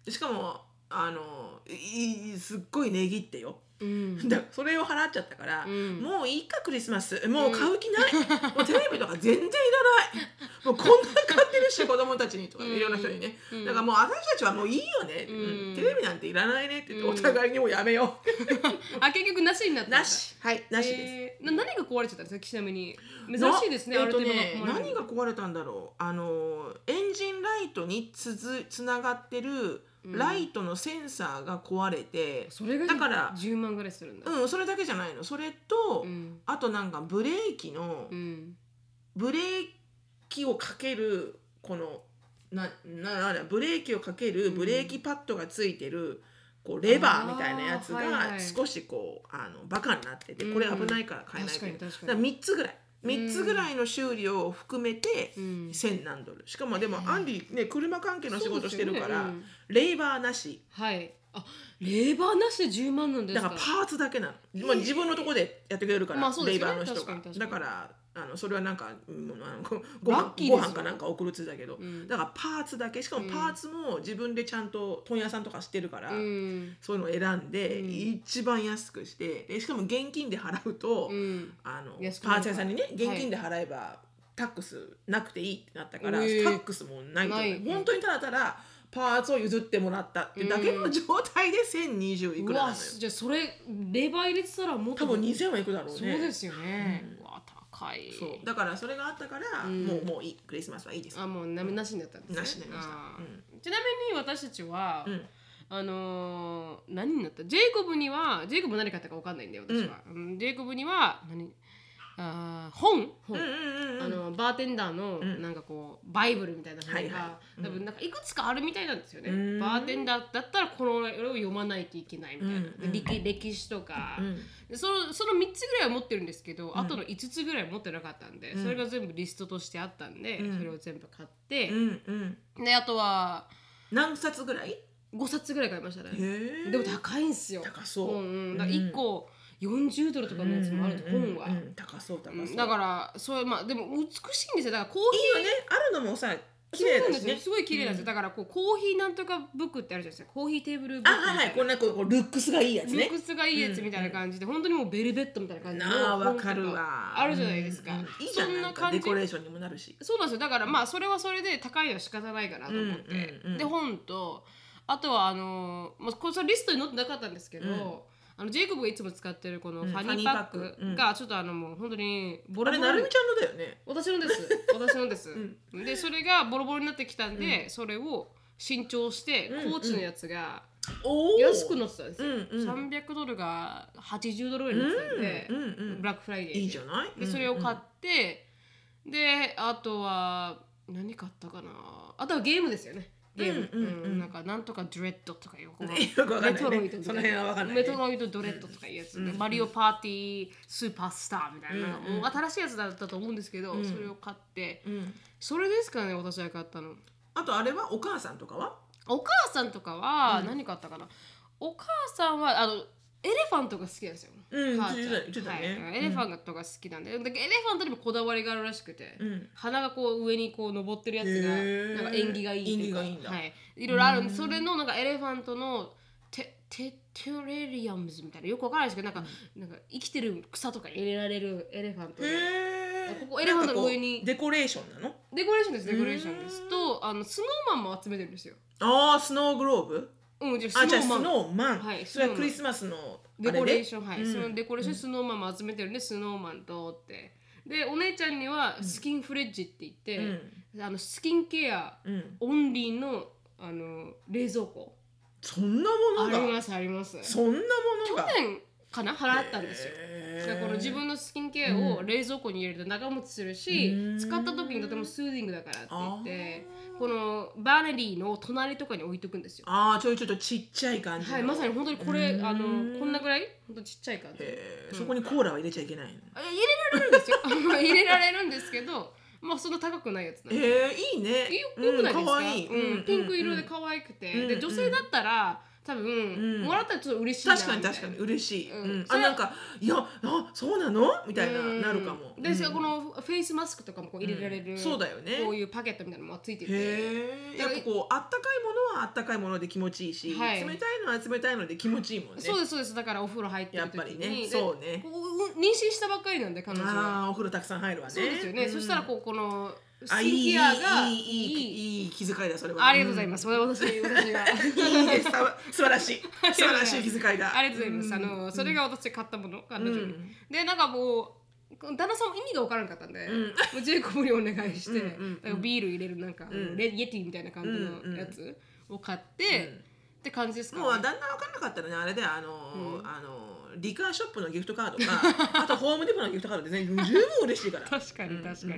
Speaker 2: でしかもあのいいすっごい値切ってよ
Speaker 1: うんうん
Speaker 2: だそれを払っちゃったから、
Speaker 1: うん
Speaker 2: もういいかクリスマスもう買う気ない、 *laughs* もうテレビとか全然いらないもうこんなに買ってるし子供たちにとかいろんな人にね、
Speaker 1: うん
Speaker 2: だからもう私たちはもういいよね、
Speaker 1: うん
Speaker 2: うんテレビなんていらないねって言って、
Speaker 1: うん
Speaker 2: お互いにもうやめよ
Speaker 1: あ結局なしになっ
Speaker 2: う
Speaker 1: たんだ
Speaker 2: なし *laughs* はいなしです、
Speaker 1: えーな何が壊れちゃったんですかちなみに珍しいですね
Speaker 2: な
Speaker 1: アルティマ
Speaker 2: えっとね
Speaker 1: が壊れ
Speaker 2: 何
Speaker 1: る
Speaker 2: が壊れたんだろうあのエンジンライトにつづつながってる
Speaker 1: うん
Speaker 2: ライトのセンサーが壊れて、
Speaker 1: それが
Speaker 2: だから
Speaker 1: 10万ぐらいするんだ
Speaker 2: うんそれだけじゃないのそれと、
Speaker 1: うん
Speaker 2: あとなんかブレーキの、
Speaker 1: うん
Speaker 2: ブレーキをかけるこのなななブレーキをかける
Speaker 1: うん
Speaker 2: ブレーキパッドがついてる、こうレバーみたいなやつ
Speaker 1: あーはいは
Speaker 2: が
Speaker 1: い
Speaker 2: 少しこうあのバカになってて、
Speaker 1: うん
Speaker 2: これ危ないから買えないけど
Speaker 1: 確かに確か
Speaker 2: だ
Speaker 1: に
Speaker 2: 3つぐらい3つぐらいの修理を含めて
Speaker 1: うん
Speaker 2: 1,000何ドルしかもでもアンディね車関係の仕事してるか
Speaker 1: そ
Speaker 2: ら
Speaker 1: うですよね
Speaker 2: レイバーなし
Speaker 1: はいあレーバーなしで10万なんです
Speaker 2: だ
Speaker 1: か
Speaker 2: からパーツだけなの、まあ、自分のところでやってくれるから、
Speaker 1: まあそうで
Speaker 2: レ
Speaker 1: す
Speaker 2: イ
Speaker 1: よね
Speaker 2: バーの人
Speaker 1: 確か
Speaker 2: が
Speaker 1: に確か
Speaker 2: だ
Speaker 1: に
Speaker 2: からあのそれはなんか、うんあのごご
Speaker 1: ラッ
Speaker 2: 飯
Speaker 1: キーですよ
Speaker 2: ご飯かなんか送るつだけど、
Speaker 1: うん
Speaker 2: だからパーツだけしかもパーツも自分でちゃんと問屋さんとか知ってるから、
Speaker 1: うん
Speaker 2: そういうのを選んで、
Speaker 1: うん
Speaker 2: 一番安くしてでしかも現金で払うと、
Speaker 1: うん
Speaker 2: あの
Speaker 1: 安く
Speaker 2: パ
Speaker 1: なる
Speaker 2: ーツ屋さんにね
Speaker 1: はい
Speaker 2: 現金で払えば、タックスなくていいってなったから、
Speaker 1: えー
Speaker 2: タックスもないと
Speaker 1: ない
Speaker 2: 本当にただただパーツを譲ってもらったってだけの状態で1020いく
Speaker 1: う
Speaker 2: らな
Speaker 1: わ
Speaker 2: のよ。
Speaker 1: じゃあそれレバー入れてたらもっと
Speaker 2: 多分2000はいくだろうね
Speaker 1: そうですよね、うわ高い
Speaker 2: そうだからそれがあったから、
Speaker 1: うん
Speaker 2: もうもういいクリスマスはいいです
Speaker 1: あもうなめなしになったんですね
Speaker 2: なしになりました
Speaker 1: あーちなみに私たちは、
Speaker 2: うん
Speaker 1: あのー何になったジェイコブにはジェイコブ何買ったか分かんないんだよ私は、うんジェイコブには何あー本
Speaker 2: う
Speaker 1: 本、
Speaker 2: んうんうん
Speaker 1: あ
Speaker 2: うん
Speaker 1: のバーテンダーの
Speaker 2: うん
Speaker 1: なんかこうバイブルみたいな本が、
Speaker 2: はいはい
Speaker 1: 多分なんかいくつかあるみたいなんですよね、
Speaker 2: うん
Speaker 1: バーテンダーだったらこれを読まないといけないみたいな、
Speaker 2: うん
Speaker 1: 歴歴史とか、
Speaker 2: うん
Speaker 1: でそのその3つぐらいは持ってるんですけど、
Speaker 2: ん
Speaker 1: あとの5つぐらいは持ってなかったんで、
Speaker 2: うん
Speaker 1: それが全部リストとしてあったんで、
Speaker 2: うん
Speaker 1: それを全部買って
Speaker 2: う、んうん
Speaker 1: であとは
Speaker 2: 何冊ぐらいへ
Speaker 1: 5冊ぐらい買いましたね
Speaker 2: え
Speaker 1: でも高いんすよ
Speaker 2: 高そう
Speaker 1: うんうん、だから1個40ドルとかのやつもあると、本は、
Speaker 2: うんうんうん高そう高そう、
Speaker 1: うんだからそういうまあでも美しいんですよだからコーヒー
Speaker 2: いいよねあるのもさ綺
Speaker 1: そう
Speaker 2: 麗
Speaker 1: なんで
Speaker 2: だし
Speaker 1: すよ
Speaker 2: ね
Speaker 1: すごい綺麗なんですよ、
Speaker 2: うん
Speaker 1: だからこうコーヒーなんとかブックってあるじゃないですかコーヒーテーブルブッ
Speaker 2: あ
Speaker 1: クみ
Speaker 2: はいはいこ
Speaker 1: たい
Speaker 2: ん
Speaker 1: な
Speaker 2: なこうこうルックスがいいやつ
Speaker 1: ミッ
Speaker 2: ね
Speaker 1: クスがいいやつみたいな感じで、本当にもうベルベットみたいな感じの
Speaker 2: なあわ
Speaker 1: 本と
Speaker 2: かるわ
Speaker 1: あるじゃないですか、
Speaker 2: うんうんいいじゃん
Speaker 1: そん
Speaker 2: な
Speaker 1: なん
Speaker 2: か
Speaker 1: 感
Speaker 2: デ
Speaker 1: じ
Speaker 2: コレーションにもなるし
Speaker 1: そうなんですよだからまあそれはそれで高いのは仕方ないかなと思って、
Speaker 2: うんうんうん
Speaker 1: で本とあとはあのーまあ、これそれリストに載ってなかったんですけど、
Speaker 2: うん
Speaker 1: あのジェイコブがいつも使ってるこの
Speaker 2: うん
Speaker 1: ファニーパッ
Speaker 2: ファニーパッ
Speaker 1: ク
Speaker 2: ク
Speaker 1: がちょっとあのもう本当にボ
Speaker 2: あ
Speaker 1: ロ
Speaker 2: れ
Speaker 1: ボ
Speaker 2: な
Speaker 1: ロ
Speaker 2: る
Speaker 1: に
Speaker 2: みちゃんのだよね
Speaker 1: 私のです
Speaker 2: *laughs*
Speaker 1: 私のです、でそれがボロボロになってきたんで、それを新調して、
Speaker 2: うん
Speaker 1: コーチのやつが
Speaker 2: おー
Speaker 1: 安くなってたんです
Speaker 2: う
Speaker 1: よ、
Speaker 2: んうん
Speaker 1: 300ドルが80ドルぐらいになってたんで、
Speaker 2: うんうんうん
Speaker 1: ブラックフライデーで
Speaker 2: いいじゃない
Speaker 1: でそれを買っ
Speaker 2: うん
Speaker 1: て、であとは何買ったかなあとはゲームですよねゲーム、
Speaker 2: うんうんうん
Speaker 1: なんかなんとかドレッドとかよくわかんない
Speaker 2: *laughs* よくわか
Speaker 1: メ
Speaker 2: んな
Speaker 1: トロ
Speaker 2: いね
Speaker 1: イドみたいな
Speaker 2: その辺はわかんないね
Speaker 1: メトロイドドレッドとかいうやつ、
Speaker 2: うんうん
Speaker 1: マリオパーティースーパースターみたいな、
Speaker 2: うんうん
Speaker 1: もう新しいやつだったと思うんですけど、
Speaker 2: うん
Speaker 1: それを買って
Speaker 2: うん
Speaker 1: それですかね私が買ったの
Speaker 2: あとあれはお母さんとかは
Speaker 1: お母さんとかは何買ったかな、お母さんはあのエレファントが好きなんですよ
Speaker 2: うん
Speaker 1: 母ちゃん
Speaker 2: 言ってた言ってたね
Speaker 1: は
Speaker 2: うん
Speaker 1: い、エレファントが好きなんで、だけどエレファントにもこだわりがあるらしくて、
Speaker 2: うん
Speaker 1: 鼻がこう上にこう登ってるやつ
Speaker 2: へ
Speaker 1: が
Speaker 2: ー
Speaker 1: なんか縁起がいいってうか
Speaker 2: 縁起がいいんだ
Speaker 1: はい、いろいろあるんで
Speaker 2: うん
Speaker 1: それのなんかエレファントのテテテュレリアムズみたいなよくわからないですけどなんか,、なんか生きてる草とか入れられるエレファントの
Speaker 2: へえ
Speaker 1: ここエレファントの上に
Speaker 2: デコレーションなの
Speaker 1: デコレーションですデコレーションです
Speaker 2: うん
Speaker 1: とあのスノーマンも集めてるんですよ。
Speaker 2: ああスノーグローブ
Speaker 1: うん、じゃ
Speaker 2: あ
Speaker 1: あ
Speaker 2: じ
Speaker 1: ス
Speaker 2: ゃあス
Speaker 1: ノーマン
Speaker 2: ノーマン、
Speaker 1: はい
Speaker 2: そ
Speaker 1: スノー
Speaker 2: れは
Speaker 1: マン
Speaker 2: クリスマスのあ
Speaker 1: デ
Speaker 2: れね
Speaker 1: コレーションはい、
Speaker 2: うん
Speaker 1: そのデコレーションスノーマンも集めてるんで、スノーマンとってでお姉ちゃんにはスキンフレッジって言って、あのスキンケア
Speaker 2: うん、うん、
Speaker 1: オンリーのあの冷蔵庫
Speaker 2: そんなも
Speaker 1: あ
Speaker 2: の
Speaker 1: り
Speaker 2: が
Speaker 1: ますあります去
Speaker 2: そんなものが
Speaker 1: 年かな払ったんですよだからこの自分
Speaker 2: の
Speaker 1: のスキンケアを冷蔵庫に入れると長持ちするし、
Speaker 2: うん
Speaker 1: 使った時にとてもスーディングだからって言ってこのバネリーの隣とかに置いとくんですよ
Speaker 2: あーあーちょいちょいとちっちゃい感じの
Speaker 1: はいまさに本当にこれ
Speaker 2: うん
Speaker 1: あのこんなぐらいほんとちっちゃい感じ
Speaker 2: へー
Speaker 1: うん
Speaker 2: そこにコーラは入れちゃいけないの
Speaker 1: あ入れられるんですよ *laughs* 入れられるんですけどまあそんな高くないやつなんで
Speaker 2: えー、いいね
Speaker 1: いいよくないですか、
Speaker 2: うん、かわいい、
Speaker 1: うんピンク色で
Speaker 2: うん
Speaker 1: 可愛くて、
Speaker 2: うん
Speaker 1: で女性だったら多分、
Speaker 2: ん
Speaker 1: もらったらちょっと嬉しいな
Speaker 2: 確かに確かに
Speaker 1: み
Speaker 2: 嬉しい、
Speaker 1: うん
Speaker 2: うん
Speaker 1: そ
Speaker 2: あ
Speaker 1: れは
Speaker 2: なんかいやあそうなのみた
Speaker 1: た
Speaker 2: いな、
Speaker 1: うん
Speaker 2: なるかも
Speaker 1: で、
Speaker 2: うん
Speaker 1: このフェイスマスクとかもこう入れられる、
Speaker 2: うんそうだよね
Speaker 1: こういうパケットみたいなのもついてて
Speaker 2: へえやっぱこうあったかいものはあったかいもので気持ちいいし、
Speaker 1: はい
Speaker 2: 冷たいのは冷たいので気持ちいいもんね
Speaker 1: そうですそうですだからお風呂入ってる
Speaker 2: やっ
Speaker 1: 時
Speaker 2: ぱりね
Speaker 1: に
Speaker 2: そう
Speaker 1: で
Speaker 2: ね
Speaker 1: こう妊娠したばっかりなんで彼女は
Speaker 2: ああーお風呂たくさん入るわね
Speaker 1: そうですよね、
Speaker 2: ん
Speaker 1: そしたらこうこのス
Speaker 2: あい
Speaker 1: キン
Speaker 2: いいいい
Speaker 1: ケアが
Speaker 2: いいいいいい気遣いだそれは
Speaker 1: ありがとうございます、私私が
Speaker 2: うんいいですさわ素晴
Speaker 1: *laughs*
Speaker 2: らしい素晴らしい気遣いだ
Speaker 1: ありがとうございます。あ
Speaker 2: うん
Speaker 1: のそれが私買ったもの、彼女
Speaker 2: う
Speaker 1: に。
Speaker 2: ん
Speaker 1: でなんかもう旦那さんも意味が分からなかったんで、
Speaker 2: うん
Speaker 1: もうジェイコブにお願いして、
Speaker 2: うんうんうん
Speaker 1: だからビール入れるなんか、あの
Speaker 2: うん
Speaker 1: レイエティみたいな感じのやつを買って、って感じですか、
Speaker 2: もう旦那分かんなかったらねあれであのー、あのーリカーショップのギフトカードかあとホームデポのギフトカードで全然十分嬉しいから
Speaker 1: 確かに確かに、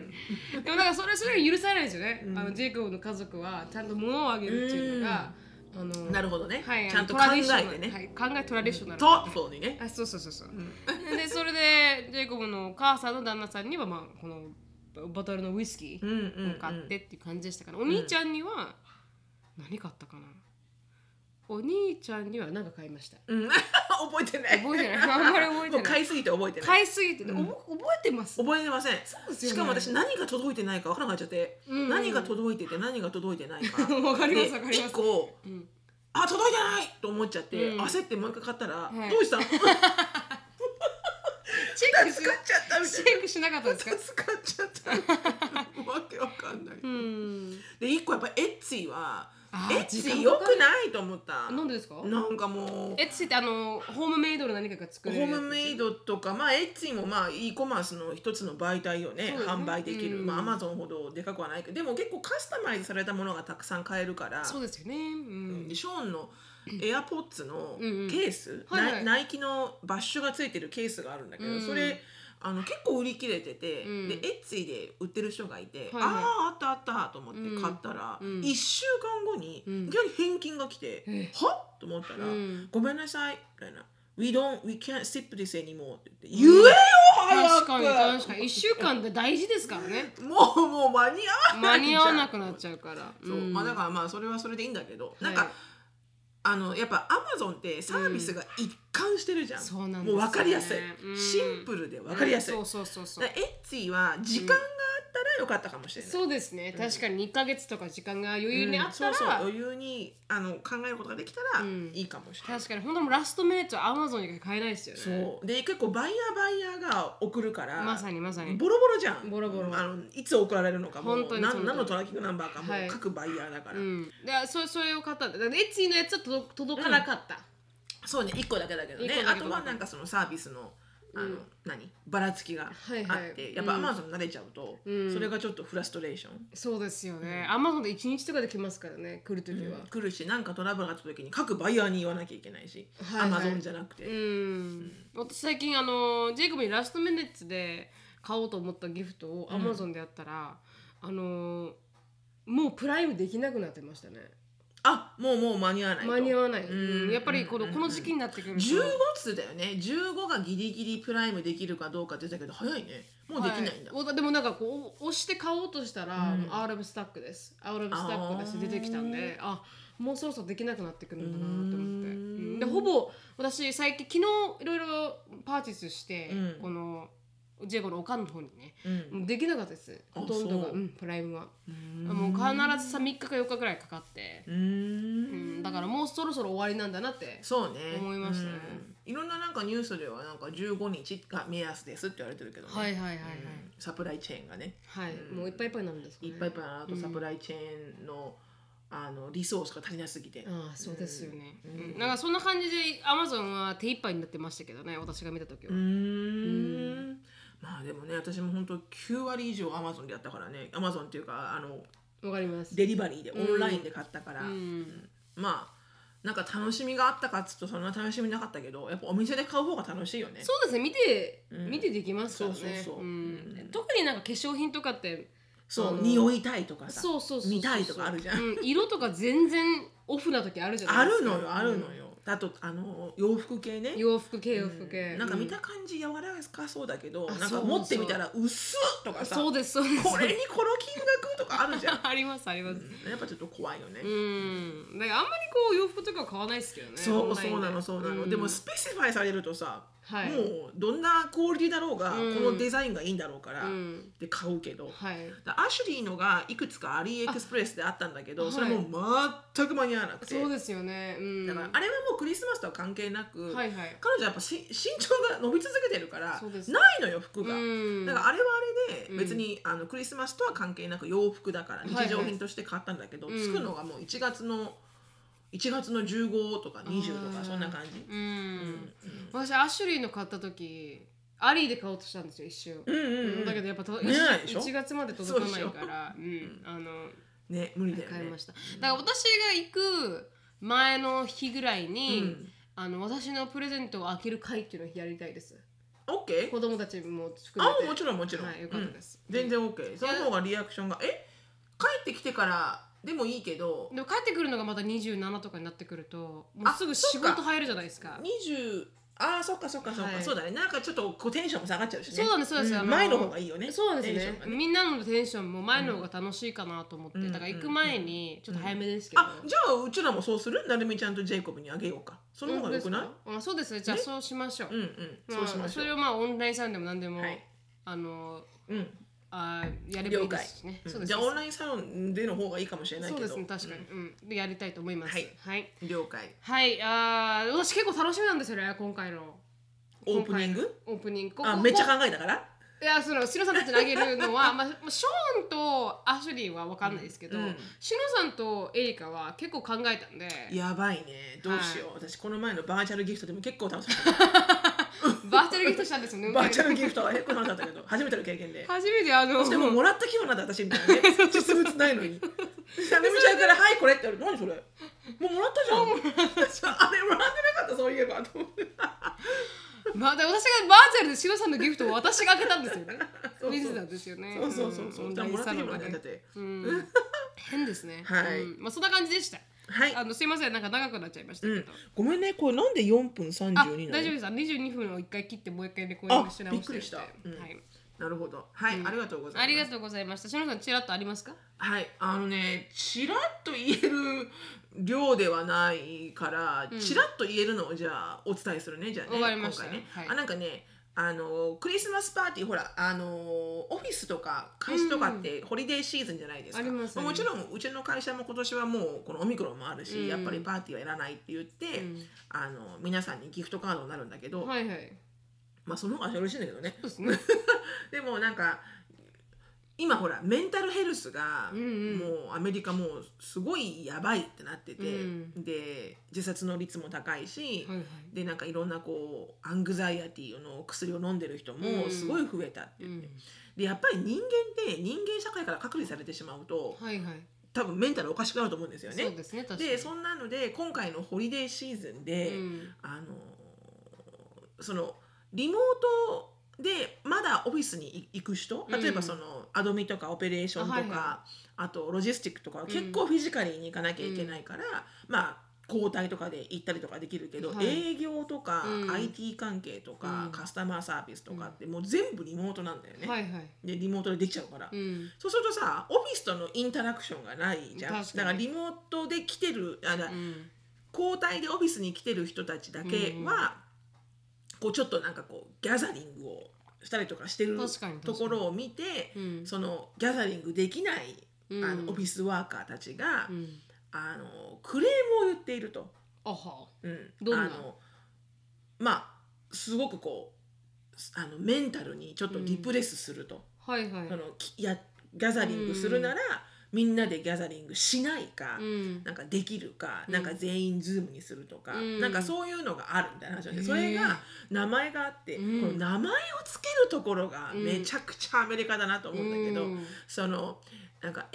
Speaker 2: うん
Speaker 1: でもなんかそれそれが許されないですよね、
Speaker 2: うん
Speaker 1: あのジェイコブの家族はちゃんと物をあげるっていうのが、あの
Speaker 2: なるほどね、
Speaker 1: はい、
Speaker 2: ちゃんと考
Speaker 1: あのトラディショナ
Speaker 2: え
Speaker 1: ル
Speaker 2: てね、
Speaker 1: はい、考えトラディショナル
Speaker 2: トップにね
Speaker 1: あそうそうそうそう、
Speaker 2: うん
Speaker 1: ででそれでジェイコブのお母さんの旦那さんには、まあ、このボトルのウイスキ
Speaker 2: うんうんう
Speaker 1: ーを
Speaker 2: ん
Speaker 1: 買ってっていう感じでしたから、お兄ちゃんには何買ったかなお兄ちゃんには何か買いました
Speaker 2: うん *laughs* 覚えてない
Speaker 1: 覚えてないあんまり覚えて
Speaker 2: もう
Speaker 1: ない
Speaker 2: 買いすぎて覚えてない
Speaker 1: 買いすぎて、
Speaker 2: うん
Speaker 1: おぼ覚えてます
Speaker 2: 覚えてません
Speaker 1: ですよね
Speaker 2: しかも私何が届いてないか分からなくなっちゃって、
Speaker 1: うん
Speaker 2: 何が届いてて何が届いてな
Speaker 1: *laughs*
Speaker 2: いか
Speaker 1: わかりますわかりま
Speaker 2: 1
Speaker 1: す
Speaker 2: 個
Speaker 1: うん
Speaker 2: あ届いてないと思っちゃって、
Speaker 1: うん
Speaker 2: 焦ってもう一回買ったら、
Speaker 1: はい
Speaker 2: どうしたの使っち
Speaker 1: チェックし
Speaker 2: ゃったみた
Speaker 1: チ
Speaker 2: い
Speaker 1: *laughs*
Speaker 2: な
Speaker 1: ェックしなかったですか
Speaker 2: 使っちゃったわけわかんない、
Speaker 1: うん
Speaker 2: で1個やっぱエッチは
Speaker 1: あー
Speaker 2: エッ
Speaker 1: 時間
Speaker 2: チ
Speaker 1: か
Speaker 2: 良
Speaker 1: かる
Speaker 2: くないと思った
Speaker 1: なんでですか
Speaker 2: なんかもう
Speaker 1: エッチってあのホームメイドの何かが作
Speaker 2: ホ
Speaker 1: れるや
Speaker 2: ー
Speaker 1: つ
Speaker 2: ムメイドとか、まあ、エッチも、まあ、e コマースの一つの媒体をね
Speaker 1: そうですね
Speaker 2: 販売できる、
Speaker 1: うん
Speaker 2: まあ、アマゾンほどでかくはないけどでも結構カスタマイズされたものがたくさん買えるから
Speaker 1: そうですよねうん
Speaker 2: でショーンのエアポッツの
Speaker 1: うんうん
Speaker 2: ケース、
Speaker 1: はいはい
Speaker 2: ナイナイキのバッシュがついてるケースがあるんだけど、
Speaker 1: うん
Speaker 2: それあの結構売り切れてて、
Speaker 1: うん
Speaker 2: でエッチで売ってる人がいて、
Speaker 1: はいはい
Speaker 2: あああったあったと思って買ったら、
Speaker 1: うん
Speaker 2: 1週間後にいき
Speaker 1: うん
Speaker 2: なり返金が来て、
Speaker 1: え
Speaker 2: はっと思ったら。
Speaker 1: うん
Speaker 2: ごめんなさい、みたいな。We don't, we can't sit this anymore って言って、
Speaker 1: うん
Speaker 2: 言えよ、早
Speaker 1: 確
Speaker 2: く
Speaker 1: かに確かに1週間で大事ですからね
Speaker 2: もう、もう間に合わな
Speaker 1: *laughs* 間
Speaker 2: い
Speaker 1: に
Speaker 2: じゃん。
Speaker 1: 合わなくなっちゃうから
Speaker 2: そう、
Speaker 1: ん
Speaker 2: まあだからまあ、それはそれでいいんだけど、なん
Speaker 1: は
Speaker 2: か
Speaker 1: い、
Speaker 2: あの、やっぱ Amazon ってサービスが一貫してるじゃん。
Speaker 1: そうなんです
Speaker 2: も
Speaker 1: よ
Speaker 2: う
Speaker 1: ね
Speaker 2: 分かりやすい。
Speaker 1: うん
Speaker 2: シンプルで分かりやすい。
Speaker 1: うんそうそうそうそう
Speaker 2: だからエッチは時間があったらよかったかもしれない。
Speaker 1: そうですね確かに2ヶ月とか時間が余裕にあった
Speaker 2: うんそうそう
Speaker 1: ら、
Speaker 2: 余裕にあの考えることができた
Speaker 1: う
Speaker 2: ら
Speaker 1: ん
Speaker 2: いいかもしれない。
Speaker 1: 確かに本当もうラストメイトはアマゾンに買えないですよね
Speaker 2: そうで結構バイヤーバイヤーが送るから
Speaker 1: まさにまさに
Speaker 2: ボロボロじゃん
Speaker 1: ボロボロ
Speaker 2: あのいつ送られるのかも
Speaker 1: 本当に
Speaker 2: な
Speaker 1: その通り
Speaker 2: 何のトラッキングナンバーかも、
Speaker 1: はい
Speaker 2: 各バイヤーだから、
Speaker 1: うん、でそそれを買ったんだだからエッチのやつは届届かなかった、
Speaker 2: そうね1個だけだけどね
Speaker 1: 一個だ
Speaker 2: あ
Speaker 1: け
Speaker 2: とはなんかそのサービスのあの、
Speaker 1: うん
Speaker 2: 何ばらつきがあって、
Speaker 1: はいはい
Speaker 2: やっ
Speaker 1: う
Speaker 2: ぱア
Speaker 1: ん
Speaker 2: マゾン慣れちゃうと、
Speaker 1: うん
Speaker 2: それがちょっとフラストレーション、
Speaker 1: そうですよねアマゾンで1日とかで来ますからね来る時は
Speaker 2: 来るしなんかトラブルがあった時に各バイヤーに言わなきゃいけないし、
Speaker 1: はいはい
Speaker 2: アマゾンじゃなくて、
Speaker 1: うん、私最近あのジェイコブにラストメネッツで買おうと思ったギフトをアマゾンでやったら、あのもうプライムできなくなってましたね
Speaker 2: あもうもう間に合わないと
Speaker 1: 間に合わない、
Speaker 2: うん
Speaker 1: うんやっぱりこの,、
Speaker 2: うん
Speaker 1: この時期になってくると
Speaker 2: 15つだよね15がギリギリプライムできるかどうかって言ってたけど早いねもうできないんだ、
Speaker 1: はいおでもなんかこう押して買おうとしたら、
Speaker 2: うん
Speaker 1: もうアウトオブスタックですアウトオブスタックです
Speaker 2: あー
Speaker 1: 出てきたんであもうそろそろできなくなってくるんだなと思って
Speaker 2: うーん
Speaker 1: うんでほぼ私最近昨日いろいろパーティスして、
Speaker 2: うん
Speaker 1: このジェイコのおかんの方にね
Speaker 2: うん
Speaker 1: できなかったです
Speaker 2: あ
Speaker 1: ほとんどが
Speaker 2: そう
Speaker 1: う、ん、プライムは、もう
Speaker 2: も
Speaker 1: 必ずさ3日か4日ぐらいかかって、
Speaker 2: う
Speaker 1: うんん、だからもうそろそろ終わりなんだなって
Speaker 2: そうね
Speaker 1: 思いましたね
Speaker 2: うんいろんななんかニュースではなんか15日が目安ですって言われてるけどね、
Speaker 1: はいはいはいはい、
Speaker 2: うんサプライチェーンがね
Speaker 1: はい、
Speaker 2: うん
Speaker 1: もういっぱいいっぱいになるんですか
Speaker 2: い
Speaker 1: ね
Speaker 2: っぱいいっぱいあとサプ
Speaker 1: イ
Speaker 2: ライチェーンの,、あのリソースが足りなすぎて、
Speaker 1: ああそうですよね、
Speaker 2: う
Speaker 1: うんんなんかそんな感じでアマゾンは手一杯になってましたけどね私が見た時は、
Speaker 2: うー
Speaker 1: うん
Speaker 2: まあでもね私も本当9割以上アマゾンでやったからねアマゾンっていうかあの
Speaker 1: わかります
Speaker 2: デリバリーでオンラインで買ったから、
Speaker 1: うん
Speaker 2: まあなんか楽しみがあったかっつうとそんな楽しみなかったけどやっぱお店で買う方が楽しいよね
Speaker 1: そうですね見て、
Speaker 2: うん
Speaker 1: 見てできますからね
Speaker 2: そうそうそうんうん
Speaker 1: 特になんか化粧品とかって
Speaker 2: そ
Speaker 1: あ
Speaker 2: う
Speaker 1: の
Speaker 2: 匂いたいとかさ
Speaker 1: そうそうそうそう
Speaker 2: 見たいとかあるじゃん
Speaker 1: うん、色とか全然オフな時あるじゃな
Speaker 2: あ
Speaker 1: いです
Speaker 2: る
Speaker 1: か
Speaker 2: のよあるの
Speaker 1: うん
Speaker 2: よ、あとあの洋服系ね
Speaker 1: 洋服系洋服系、
Speaker 2: うんなんか見た感じ柔らかそうだけど、
Speaker 1: あ
Speaker 2: なん
Speaker 1: そう
Speaker 2: か
Speaker 1: そう
Speaker 2: 持ってみたら薄っとかさ
Speaker 1: そうですそうです
Speaker 2: これにこの金額とかあるじゃん
Speaker 1: *laughs* ありますあります、
Speaker 2: うんやっぱちょっと怖いよね、
Speaker 1: うん、だからあんまりこう洋服とかは買わないですけどね
Speaker 2: そ
Speaker 1: オ
Speaker 2: う
Speaker 1: ンライン
Speaker 2: そう
Speaker 1: で
Speaker 2: なのそうなの、
Speaker 1: ん
Speaker 2: でもスペシファイされるとさ、
Speaker 1: はい
Speaker 2: もうどんなクオリティだろうが、
Speaker 1: うん
Speaker 2: このデザインがいいんだろうから、
Speaker 1: うん
Speaker 2: で買うけど、
Speaker 1: はい
Speaker 2: だアシュリーのがいくつかアリエクスプレスであったんだけ
Speaker 1: あ
Speaker 2: ど
Speaker 1: はい
Speaker 2: それも全く間に合わなくて
Speaker 1: そうですよねうん
Speaker 2: だからあれはもうクリスマスとは関係なく、
Speaker 1: はいはい
Speaker 2: 彼女はやっぱし *laughs* 身長が伸び続けてるから
Speaker 1: そうです
Speaker 2: ないのよ服が、
Speaker 1: うん
Speaker 2: だからあれはあれで
Speaker 1: うん
Speaker 2: 別に、あのクリスマスとは関係なく洋服だから
Speaker 1: いはい
Speaker 2: 日常品として買ったんだけど、
Speaker 1: うん
Speaker 2: つくのがもう1月の1月の15とか20と
Speaker 1: あ
Speaker 2: か
Speaker 1: ー
Speaker 2: そんな感じ、
Speaker 1: うん、
Speaker 2: うん
Speaker 1: 私アシュリーの買った時アリーで買おうとしたんですよ一瞬、
Speaker 2: うんうんうん
Speaker 1: だけどやっぱと
Speaker 2: 見えないでしょ
Speaker 1: 1月まで届かないからう、ん、あの
Speaker 2: ね無理だよね
Speaker 1: 買いましただから私が行く前の日ぐらいに、
Speaker 2: うん
Speaker 1: あの私のプレゼントを開ける会っていうのをやりたいです
Speaker 2: OK?
Speaker 1: 子供たちも含め
Speaker 2: あ
Speaker 1: て
Speaker 2: もちろんもちろん、
Speaker 1: はいよかったです
Speaker 2: うん全然 OK その方がリアクションが「え帰ってきてからでもいいけど
Speaker 1: でも帰ってくるのがまた27とかになってくるともう
Speaker 2: あ
Speaker 1: すぐ仕
Speaker 2: そっか
Speaker 1: 事入るじゃないですか
Speaker 2: 20ああそっかそっかそっか、
Speaker 1: はい
Speaker 2: そうだねなんかちょっとこうテンションも下がっちゃうしね
Speaker 1: そうだねそうですよ
Speaker 2: ん
Speaker 1: あの
Speaker 2: 前の方がいいよね
Speaker 1: そうです
Speaker 2: テンシ
Speaker 1: ね
Speaker 2: ョンが
Speaker 1: みんなのテンションも前の方が楽しいかなと思って、
Speaker 2: うん
Speaker 1: だから行く前にちょっと早めですけど、
Speaker 2: あじゃあうちらもそうするなるみちゃんとジェイコブにあげようかその方がよくない
Speaker 1: 本当ですかあそうですねじゃあそうしましょう、
Speaker 2: うんうん、
Speaker 1: まあ
Speaker 2: そうしましょ
Speaker 1: れ
Speaker 2: う
Speaker 1: をまあオンラインさんでも何でも、
Speaker 2: はい
Speaker 1: あの
Speaker 2: うん
Speaker 1: あやればいいですしね
Speaker 2: うん
Speaker 1: そうです
Speaker 2: じゃあオンラインサロンでの方がいいかもしれない
Speaker 1: そう
Speaker 2: け
Speaker 1: で
Speaker 2: ど
Speaker 1: すね確かに、うん、でやりたいと思います
Speaker 2: はい
Speaker 1: はい、
Speaker 2: に了解
Speaker 1: はい、あー私結構楽しみなんですよね今回の
Speaker 2: オープニング
Speaker 1: オープニングここ
Speaker 2: あめっちゃ
Speaker 1: こ
Speaker 2: 考えたから
Speaker 1: いやそのシノさんたちにあげるのは *laughs* まあまあショーンとアシュリーは分かんないですけど、
Speaker 2: うん
Speaker 1: シノさんとエリカは結構考えたんで
Speaker 2: やばいねどうしよう、私この前のバーチャルギフトでも結構楽しかった
Speaker 1: バーチャルギフトしたんですよ *laughs* ね
Speaker 2: *laughs* バーチャルギフトは結構楽しかったけど初めての経験で
Speaker 1: 初めてあの
Speaker 2: でももらった気分なんだ私みたい *laughs* なね実物ないの *laughs* になめみちゃんから「はいこれ」って言われて何それもうもらったじゃん *laughs* あれもらってなかったそういえばと思って
Speaker 1: *laughs* まあ、で私がバーチャルでシロさんのギフトを私が開けたんですよね。
Speaker 2: *laughs* そうそう
Speaker 1: 見てたんですよね。
Speaker 2: そうそうそうそ
Speaker 1: ん
Speaker 2: う
Speaker 1: オン
Speaker 2: だ
Speaker 1: ラ
Speaker 2: から
Speaker 1: イ
Speaker 2: も
Speaker 1: ン
Speaker 2: ら
Speaker 1: サロンが
Speaker 2: った気分なんだ
Speaker 1: ね
Speaker 2: だって
Speaker 1: うん、変ですね。
Speaker 2: はい
Speaker 1: うんまあそんな感じでした。
Speaker 2: はい
Speaker 1: あのすいませんなんか長くなっちゃいました
Speaker 2: う
Speaker 1: け
Speaker 2: ん
Speaker 1: ど。
Speaker 2: ごめんねこれなんで4分32
Speaker 1: あ
Speaker 2: なの
Speaker 1: 大丈夫です。二十二分を一回切ってもう一回レコーディングし直して
Speaker 2: あびっくりしたうん
Speaker 1: はい。
Speaker 2: なるほどはい、ありがとうございます
Speaker 1: ありがとうございました。シロさんちらっとありますか？
Speaker 2: はい、あのね、ちらっと言える量ではないから、
Speaker 1: うん
Speaker 2: ちらっと言えるのをじゃあお伝えするね、じゃあね、
Speaker 1: わかりました
Speaker 2: 今回ね、
Speaker 1: はい
Speaker 2: あ、なんかね、あのクリスマスパーティーほらあのオフィスとか会社とかってホリデーシーズンじゃないですか、
Speaker 1: ありますね
Speaker 2: もちろんうちの会社も今年はもうこのオミクロンもあるし、
Speaker 1: うん
Speaker 2: やっぱりパーティーはいらないって言って、
Speaker 1: うん
Speaker 2: あの皆さんにギフトカードになるんだけど、
Speaker 1: はいはい。
Speaker 2: まあその方がよろしいんだけどね
Speaker 1: そうですね。
Speaker 2: でもなんか今ほらメンタルヘルスが
Speaker 1: うんうん
Speaker 2: もうアメリカもうすごいやばいってなってて、
Speaker 1: うん
Speaker 2: で自殺の率も高いし、
Speaker 1: はいはい。
Speaker 2: でなんかいろんなこうアングザイアティの薬を飲んでる人も
Speaker 1: うん
Speaker 2: すごい増えたって
Speaker 1: う
Speaker 2: 言って、
Speaker 1: ん
Speaker 2: でやっぱり人間って人間社会から隔離されてしまうと
Speaker 1: はいはい。
Speaker 2: 多分メンタルおかしくなると思うんですよね。
Speaker 1: そうですね確かに。
Speaker 2: でそんなので今回のホリデーシーズン
Speaker 1: う
Speaker 2: で、
Speaker 1: ん
Speaker 2: あのそのリモートでまだオフィスに行く人
Speaker 1: うん
Speaker 2: 例えばその、アドミとかオペレーションとか
Speaker 1: あ
Speaker 2: あ,、
Speaker 1: はいは
Speaker 2: とロジスティックとかは
Speaker 1: ん
Speaker 2: 結構フィジカルに行かなきゃいけないから、まあ交代とかで行ったりとかできるけど、
Speaker 1: はい
Speaker 2: 営業とか、
Speaker 1: うん
Speaker 2: IT 関係とか、
Speaker 1: うん
Speaker 2: カスタマーサービスとかってもう全部リモートなんだよね、
Speaker 1: はいはい。
Speaker 2: でリモートでできちゃうから、
Speaker 1: うん。
Speaker 2: そうするとさオフィスとのインタラクションがないじゃん
Speaker 1: 確かに
Speaker 2: だからリモートで来てるあだ
Speaker 1: うん
Speaker 2: 交代でオフィスに来てる人たちだけは、こうちょっとなんかこうギャザリングをしたりとかしてる
Speaker 1: 確かに確か
Speaker 2: と
Speaker 1: に
Speaker 2: ころを見て
Speaker 1: うん。
Speaker 2: そのギャザリングできない、
Speaker 1: うん
Speaker 2: あのオフィスワーカーたちが、
Speaker 1: うん。
Speaker 2: あのクレームを言っていると。
Speaker 1: あは。
Speaker 2: うん、
Speaker 1: どんな
Speaker 2: あのまあすごくこうあのメンタルにちょっとリプレスすると、
Speaker 1: はいはい
Speaker 2: そ。のきやギャザリングするなら、みんなでギャザリングしないか、
Speaker 1: うん。
Speaker 2: なんかできるか、
Speaker 1: うん
Speaker 2: なんか全員ズームにするとか、
Speaker 1: うん
Speaker 2: なんかそういうのがあるみたいな話なんで、
Speaker 1: へー
Speaker 2: それが名前があって、
Speaker 1: うん
Speaker 2: この名前をつけるところがめちゃくちゃアメリカだなと思うんだけど、
Speaker 1: うん
Speaker 2: そのなんか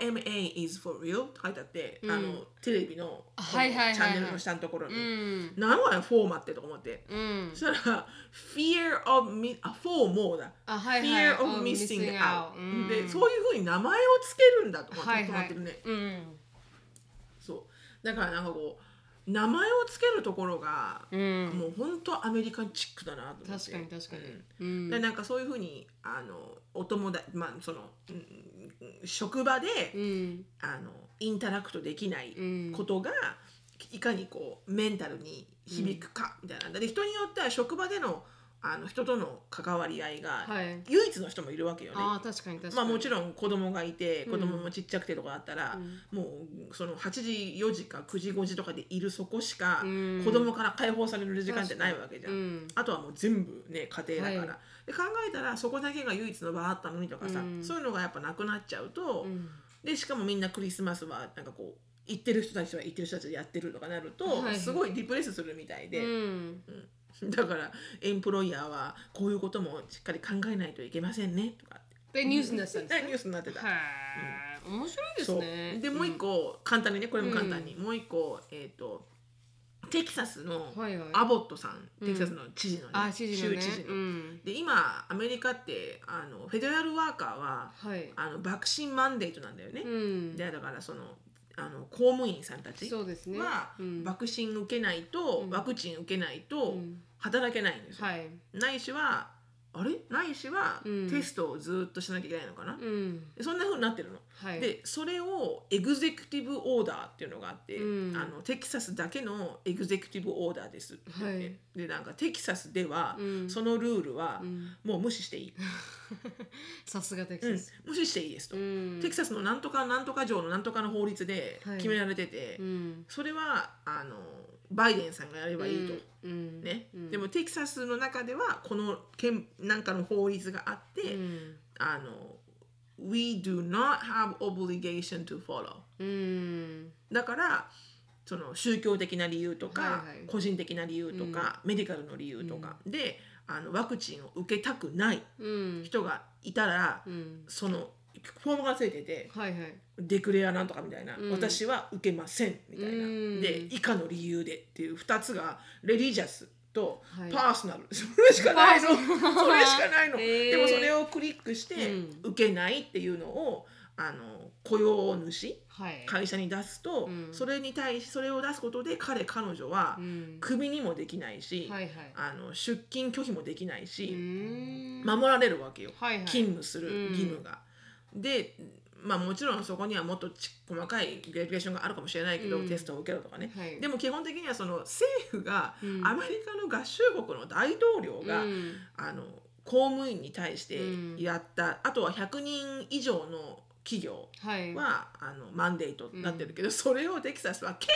Speaker 2: FOMA is for real って書いてあって、
Speaker 1: うん
Speaker 2: あのテレビのこの
Speaker 1: はいはいはいはい
Speaker 2: チャンネルの下のところに、
Speaker 1: うん。
Speaker 2: 何はフォーマってと思って。
Speaker 1: うん
Speaker 2: そ。したら Fear of mi あ FOMO だ。
Speaker 1: あ、はいはい。
Speaker 2: Fear of missing out、
Speaker 1: うん
Speaker 2: でそういうふうに名前をつけるんだと思って、
Speaker 1: はいは
Speaker 2: 止まっ
Speaker 1: い
Speaker 2: てるね。。
Speaker 1: うん。
Speaker 2: そうだからなんかこう名前をつけるところが、
Speaker 1: うん。
Speaker 2: もう本当アメリカンチックだなと思って
Speaker 1: 確かに確かに
Speaker 2: うん。
Speaker 1: うん
Speaker 2: でなんかそういうふうにあのお友達まあその、うん職場で、
Speaker 1: うん。
Speaker 2: あのインタラクトできない
Speaker 1: うん
Speaker 2: ことが、いかにこうメンタルに響くかみたいな、で人によっては職場でのあの人との関わり合いが、
Speaker 1: はい。
Speaker 2: 唯一の人もいるわけよね。
Speaker 1: ああ、確かに確かに。
Speaker 2: まあ、もち
Speaker 1: ろん。
Speaker 2: ろん子供がいて
Speaker 1: うん
Speaker 2: 子供もちっちゃくてとかだったら、もうその8時4時か9時5時とかでいるそこしか
Speaker 1: うん
Speaker 2: 子供から解放される時間ってないわけじゃん。
Speaker 1: うん。
Speaker 2: あとはもう全部ね家庭だから、
Speaker 1: は
Speaker 2: で考えたらそこだけが唯一の場あったのにとかさ、
Speaker 1: うん
Speaker 2: そういうのがやっぱなくなっちゃうと、
Speaker 1: うん
Speaker 2: でしかもみんなクリスマスはなんかこう行ってる人たちは行ってる人たちでやってるとかなると、
Speaker 1: はい
Speaker 2: すごいリプレイスするみたいで、
Speaker 1: うん。
Speaker 2: だからエンプロイヤーはこういうこともしっかり考えないといけませんねとかって
Speaker 1: で、ニュースになってたんです
Speaker 2: ニ
Speaker 1: ね。
Speaker 2: ュースになってた。
Speaker 1: はい。面白いです
Speaker 2: そう
Speaker 1: ね。
Speaker 2: でもう一個、簡単にねこれも簡単に、もう一個えっ、とテキサスの
Speaker 1: うん。はいはい。
Speaker 2: アボットさん、
Speaker 1: うん
Speaker 2: テキサスの知事のね、
Speaker 1: あ、知事のね。
Speaker 2: 州知事
Speaker 1: う
Speaker 2: の、
Speaker 1: ん。
Speaker 2: で今アメリカってあのフェデラルワーカーは
Speaker 1: はい。
Speaker 2: あの爆心マンデートなんだよね、
Speaker 1: うん。
Speaker 2: でだからそのあの公務員さんたち
Speaker 1: そうですね。
Speaker 2: は、
Speaker 1: うん
Speaker 2: ワクチン受けないと、
Speaker 1: うん
Speaker 2: ワクチン受けないと、
Speaker 1: うん
Speaker 2: 働けないんですよ、
Speaker 1: はい
Speaker 2: ないしはあれないしは、
Speaker 1: うん
Speaker 2: テストをずっとしなきゃいけないのかな、
Speaker 1: うん
Speaker 2: そんな風になってるの。
Speaker 1: はい
Speaker 2: でそれをエグゼクティブオーダーっていうのがあって、
Speaker 1: うん
Speaker 2: あのテキサスだけのエグゼクティブオーダーですって言って、
Speaker 1: はい
Speaker 2: でなんかテキサスでは、
Speaker 1: うん
Speaker 2: そのルールは、
Speaker 1: うん
Speaker 2: もう無視していい、
Speaker 1: さすがテキ
Speaker 2: うん
Speaker 1: サス
Speaker 2: 無視していいですと、
Speaker 1: うん
Speaker 2: テキサスのなんとかなんとか条のなんとかの法律で
Speaker 1: はい
Speaker 2: 決められてて、
Speaker 1: うん
Speaker 2: それはあのバイデンさんがやればいいと。
Speaker 1: うん
Speaker 2: ね
Speaker 1: うん
Speaker 2: でもテキサスの中ではこの県なんかの法律があって、
Speaker 1: うん
Speaker 2: あの We do not have obligation to follow
Speaker 1: うん
Speaker 2: だからその宗教的な理由とか、
Speaker 1: はいはい
Speaker 2: 個人的な理由とか、メディカルの理由とか、であのワクチンを受けたくない
Speaker 1: うん
Speaker 2: 人がいたら、
Speaker 1: うん
Speaker 2: そのフォームがついてて
Speaker 1: はいはい
Speaker 2: 「デクレアなんとか」みたいな、
Speaker 1: うん
Speaker 2: 私は受けません」みたいな、
Speaker 1: うん
Speaker 2: で以下の理由でっていう2つがレリジャスと
Speaker 1: はい
Speaker 2: パーソナル、 *laughs* それしかないの
Speaker 1: パ
Speaker 2: *laughs* それしかない
Speaker 1: *laughs*
Speaker 2: の、
Speaker 1: へー
Speaker 2: でもそれをクリックして
Speaker 1: うん
Speaker 2: 受けないっていうのをあの雇用主
Speaker 1: はい
Speaker 2: 会社に出すと、
Speaker 1: うん
Speaker 2: それに対しそれを出すことで彼彼女は
Speaker 1: うん
Speaker 2: クビにもできないし、
Speaker 1: はいはい
Speaker 2: あの出勤拒否もできないうし、
Speaker 1: ん
Speaker 2: 守られるわけよ、
Speaker 1: はいはい
Speaker 2: 勤務する義務が。でまあもちろんそこにはもっとち細かいグラデーションがあるかもしれないけど、
Speaker 1: うん
Speaker 2: テストを受けろとかね。
Speaker 1: はい
Speaker 2: でも基本的にはその政府が、
Speaker 1: うん
Speaker 2: アメリカの合衆国の大統領が、
Speaker 1: うん
Speaker 2: あの公務員に対して
Speaker 1: うん
Speaker 2: やった、あとは100人以上の企業
Speaker 1: はい
Speaker 2: はあのマンデーと
Speaker 1: うん
Speaker 2: なってるけど、それをテキサスは「け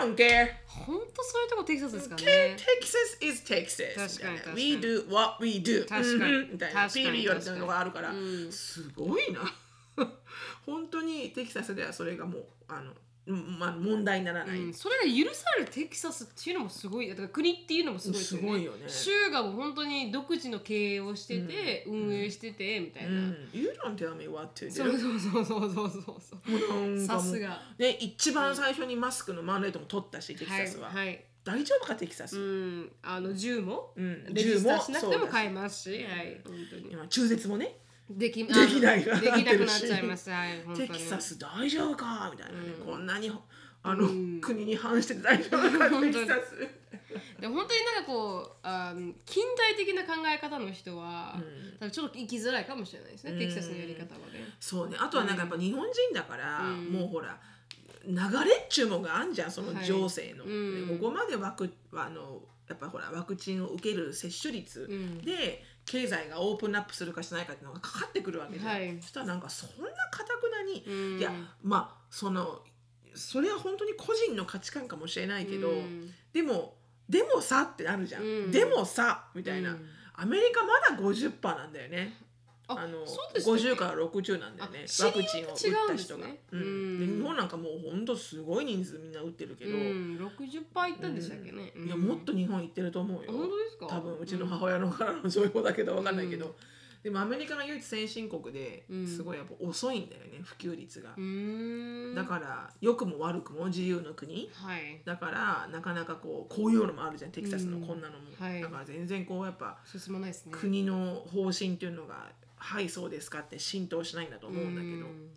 Speaker 2: I don't care!
Speaker 1: 本当そういうとこテキサスですから
Speaker 2: Care
Speaker 1: ね
Speaker 2: Texas is Texas!」
Speaker 1: 確かに
Speaker 2: みたいな
Speaker 1: 確かに
Speaker 2: We do what we do!」
Speaker 1: 確かに
Speaker 2: うんうんみたいな
Speaker 1: 確かに
Speaker 2: period っていうのがあるから、
Speaker 1: うん
Speaker 2: すごいな本当にテキサスではそれがもうあの、うんまあ、問題にならない、
Speaker 1: うん、それが許されるテキサスっていうのもすごいだから国っていうのもすごいですすよ
Speaker 2: ご
Speaker 1: ね
Speaker 2: いよね。
Speaker 1: 州がもう本当に独自の経営をしてて、
Speaker 2: うん
Speaker 1: 運営しててみたいうな、
Speaker 2: ん、you don't tell me what to
Speaker 1: そう
Speaker 2: do.
Speaker 1: そうそうそうそうそうそう
Speaker 2: もうなんか
Speaker 1: さ
Speaker 2: もう
Speaker 1: すが
Speaker 2: ね、一番最初にマスクのマンデーとも取ったし、テキサスは。
Speaker 1: はい、はい、
Speaker 2: 大丈夫か、テキサ
Speaker 1: う
Speaker 2: ス。
Speaker 1: んあの銃も、
Speaker 2: うん
Speaker 1: レジスターしなくて
Speaker 2: 銃もそう
Speaker 1: も
Speaker 2: だし
Speaker 1: 買えますし、はい本当に
Speaker 2: 今中絶もね、
Speaker 1: できで
Speaker 2: きな
Speaker 1: *laughs* で
Speaker 2: い
Speaker 1: きなくなっちゃいますはい本当
Speaker 2: テ
Speaker 1: に
Speaker 2: キサス大丈夫かみたいなね、
Speaker 1: うん
Speaker 2: こんなにあの、
Speaker 1: うん
Speaker 2: 国に反してて大丈夫か、
Speaker 1: 本当
Speaker 2: テ
Speaker 1: に
Speaker 2: キサス。
Speaker 1: で本当になんかこうあの近代的な考え方の人は、
Speaker 2: うん
Speaker 1: 多分ちょっと生きづらいかもしれないですね、
Speaker 2: うん
Speaker 1: テキサスのやり方はね。
Speaker 2: そうね、あとはなんかやっぱ日本人だから、
Speaker 1: うん
Speaker 2: もうほら流れっちゅうもんがあんじゃんその情勢の、
Speaker 1: はいうん
Speaker 2: でここまでワクあのやっぱほらワクチンを受ける接種率
Speaker 1: うん
Speaker 2: で経済がオープンアップするかしないかっていうのがかかってくるわけじゃん、
Speaker 1: はい
Speaker 2: そしたらなんかそんなかたくなに、
Speaker 1: うん
Speaker 2: いやまあそのそれは本当に個人の価値観かもしれないけど、
Speaker 1: うん
Speaker 2: でもでもさってなるじゃん、
Speaker 1: うん
Speaker 2: でもさみたいな、
Speaker 1: うん
Speaker 2: アメリカまだ50%なんだよね。
Speaker 1: あ
Speaker 2: あの
Speaker 1: そうでしたっけ
Speaker 2: 50から60なんだよね
Speaker 1: あ
Speaker 2: ワクチンを打った人が、
Speaker 1: 知り合いと違うんですね
Speaker 2: うん
Speaker 1: う
Speaker 2: で
Speaker 1: ん
Speaker 2: 日本なんかもうほんとすごい人数みんな打ってるけど、
Speaker 1: うん、60杯いったんでしたっけね、
Speaker 2: いやもっと日本行ってると思うよ、
Speaker 1: うん本当ですか
Speaker 2: 多分うちの母親のからの情報だけどわかんないけど、でもアメリカが唯一先進国で
Speaker 1: うん
Speaker 2: すごいやっぱ遅いんだよね普及率が
Speaker 1: う、ん
Speaker 2: だから良くも悪くも自由の国
Speaker 1: はい
Speaker 2: だからなかなかこうこういうのもあるじゃんテキサスのこんなのも、
Speaker 1: うんはい
Speaker 2: だから全然こうやっぱ
Speaker 1: 進まないですね
Speaker 2: 国の方針っていうのが「はいそうですか」って浸透しないんだと思うんだけど、
Speaker 1: ん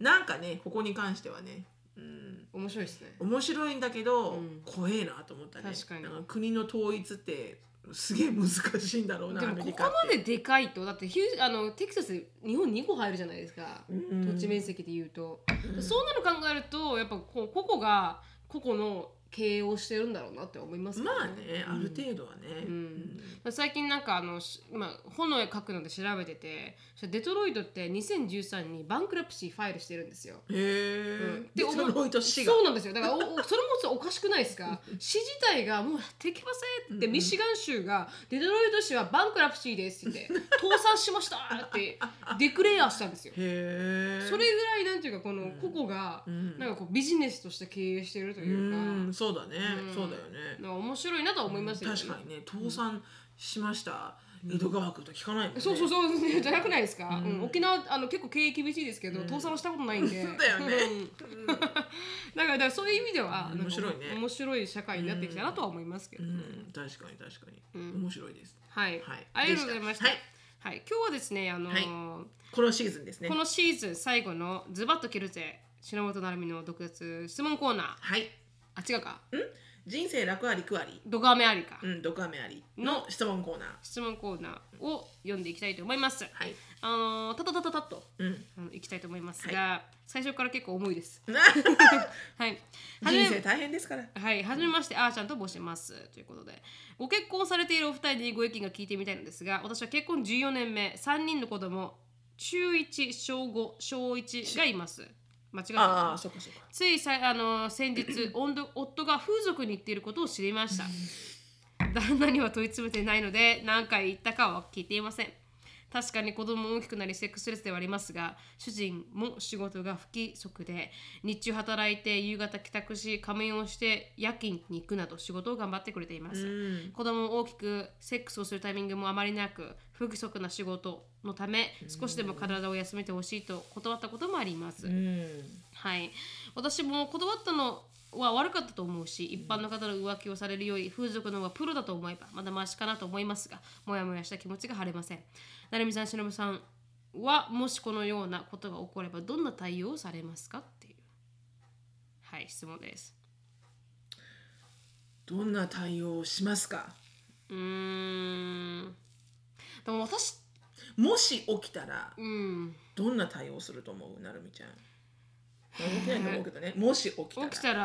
Speaker 2: なんかねここに関してはね、うん、
Speaker 1: 面白いですね
Speaker 2: 面白いんだけど、
Speaker 1: うん
Speaker 2: 怖えなと思ったね
Speaker 1: 確かに
Speaker 2: なん国の統一ってすげえ難しいんだろうな
Speaker 1: で
Speaker 2: ア
Speaker 1: も
Speaker 2: メ
Speaker 1: こ
Speaker 2: リ
Speaker 1: こ
Speaker 2: カっ
Speaker 1: ま
Speaker 2: て
Speaker 1: ででかいとだってヒューあのテキサス日本2個入るじゃないですか、
Speaker 2: うん
Speaker 1: 土地面積で言うと、
Speaker 2: うん
Speaker 1: そうなの考えるとやっぱこう個々が個々の経営をしてるんだろうなって思いますけど
Speaker 2: まあねある
Speaker 1: うん
Speaker 2: 程度はね、
Speaker 1: うんまあ最近なんかあの、しまあ、本を書くので調べててそしたらデトロイトって2013にバンクラプシーファイルしてるんですよ。
Speaker 2: へえ、
Speaker 1: で
Speaker 2: でそのロイト市が
Speaker 1: そうなんですよだからおおそ *laughs* れもちょっとおかしくないですか市自体がもうできませんって
Speaker 2: うん
Speaker 1: ミシガン州がデトロイト市はバンクラプシーですって言って
Speaker 2: *laughs*
Speaker 1: 倒産しましたってデクレアしたんですよ
Speaker 2: へ。え
Speaker 1: それぐらいなんていうかこ
Speaker 2: う
Speaker 1: の
Speaker 2: ん
Speaker 1: 個々が
Speaker 2: うん
Speaker 1: なんかこうビジネスとして経営してると
Speaker 2: う
Speaker 1: いうか
Speaker 2: んそうだね、
Speaker 1: うん
Speaker 2: そうだよね、
Speaker 1: なんか面白いなとは思いましたけどね
Speaker 2: 確かにね倒産しました、江戸川区と聞かないもんね
Speaker 1: そうそう
Speaker 2: う
Speaker 1: そう、じゃなくないですか、
Speaker 2: う
Speaker 1: うんん沖縄あの結構経営厳しいですけど、
Speaker 2: うん
Speaker 1: 倒産はしたことないん
Speaker 2: *laughs*
Speaker 1: で
Speaker 2: だよね
Speaker 1: うんだからだからそういう意味では、
Speaker 2: うん
Speaker 1: なんか
Speaker 2: 面白いね
Speaker 1: 面白い社会になってきたなとは思いますけど、
Speaker 2: ん、確かに確かに、
Speaker 1: うん
Speaker 2: 面白いです
Speaker 1: はい、
Speaker 2: はい
Speaker 1: ありがとうございました
Speaker 2: で
Speaker 1: は
Speaker 2: し
Speaker 1: い、今日はですねあのー
Speaker 2: このシーズンですね
Speaker 1: このシーズン最後のズバッと切るぜ篠本成美の独立質問コーナー
Speaker 2: はい
Speaker 1: あ違うか
Speaker 2: 人生楽ありくあり、
Speaker 1: ドガメありか
Speaker 2: うん、ドカメありの質問コーナー。
Speaker 1: 質問コーナーを読んでいきたいと思います
Speaker 2: はい。
Speaker 1: あのーたたたたたっと *laughs*
Speaker 2: うん。
Speaker 1: あのいきたいと思いますが、最初から結構重いですはいはじめ
Speaker 2: 人生大変ですから。
Speaker 1: はい、はじめまして、あーちゃんと申します。ということで、ご結婚されているお二人にご意見が聞いてみたいのですが、私は結婚14年目、3人の子供、中1、小5、小1がいます。間違って
Speaker 2: あ
Speaker 1: ま
Speaker 2: あ、
Speaker 1: す。
Speaker 2: そっかそっか。
Speaker 1: ついさいあの先
Speaker 2: *clears throat*
Speaker 1: 日夫夫が風俗に行っていることを知りました。旦那には問い詰めてないので、何回行ったかは聞いていません。確かに子供も大きくなりセックスレスではありますが主人も仕事が不規則で日中働いて夕方帰宅し仮面をして夜勤に行くなど仕事を頑張ってくれていま
Speaker 2: う
Speaker 1: す、
Speaker 2: ん。
Speaker 1: 子供も大きくセックスをするタイミングもあまりなく不規則な仕事のため少しでも体を休めてほしいと断ったこともあります、
Speaker 2: うん。
Speaker 1: はい、私も断ったのは悪かったと思うし一般の方の浮気をされるより風俗の方がプロだと思えばまだマシかなと思いますがもやもやした気持ちが晴れません成美さんしのぶさんはもしこのようなことが起こればどんな対応をされますかっていうはい質問です
Speaker 2: どんな対応をしますか。
Speaker 1: うーんでも私
Speaker 2: もし起きたら、
Speaker 1: うん
Speaker 2: どんな対応すると思う、なるみちゃん。まあ起きないと思うけどね。もし起きたら。
Speaker 1: 起きたら、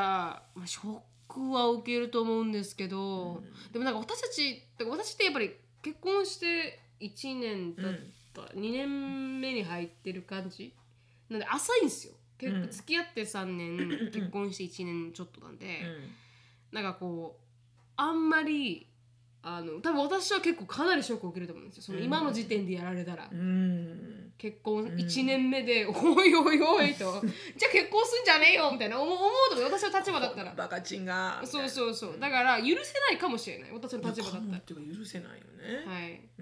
Speaker 1: まあ、ショックは受けると思うんですけど、
Speaker 2: うん
Speaker 1: でもなんか私たちだから私ってやっぱり結婚して1年だった、2年目に入ってる感じなんで浅いんですよ結
Speaker 2: うん
Speaker 1: 付き合って3年、
Speaker 2: んうん
Speaker 1: 結婚して1年ちょっとなんで、
Speaker 2: うん。
Speaker 1: なんかこうあんまりあの多分私は結構かなりショックを受けると思うんですよその
Speaker 2: うん
Speaker 1: 今の時点でやられたら、
Speaker 2: うん。
Speaker 1: 結婚
Speaker 2: うん
Speaker 1: 1年目で、おいおいおいとじゃあ結婚すんじゃねえよみたいな思う思うと思う私の立場だったら
Speaker 2: バカチンが。
Speaker 1: そう
Speaker 2: う。
Speaker 1: そうそうだから許せないかもしれない私の立場だ
Speaker 2: か
Speaker 1: った
Speaker 2: もっ
Speaker 1: ら
Speaker 2: ていうか許せないよね。
Speaker 1: はい
Speaker 2: う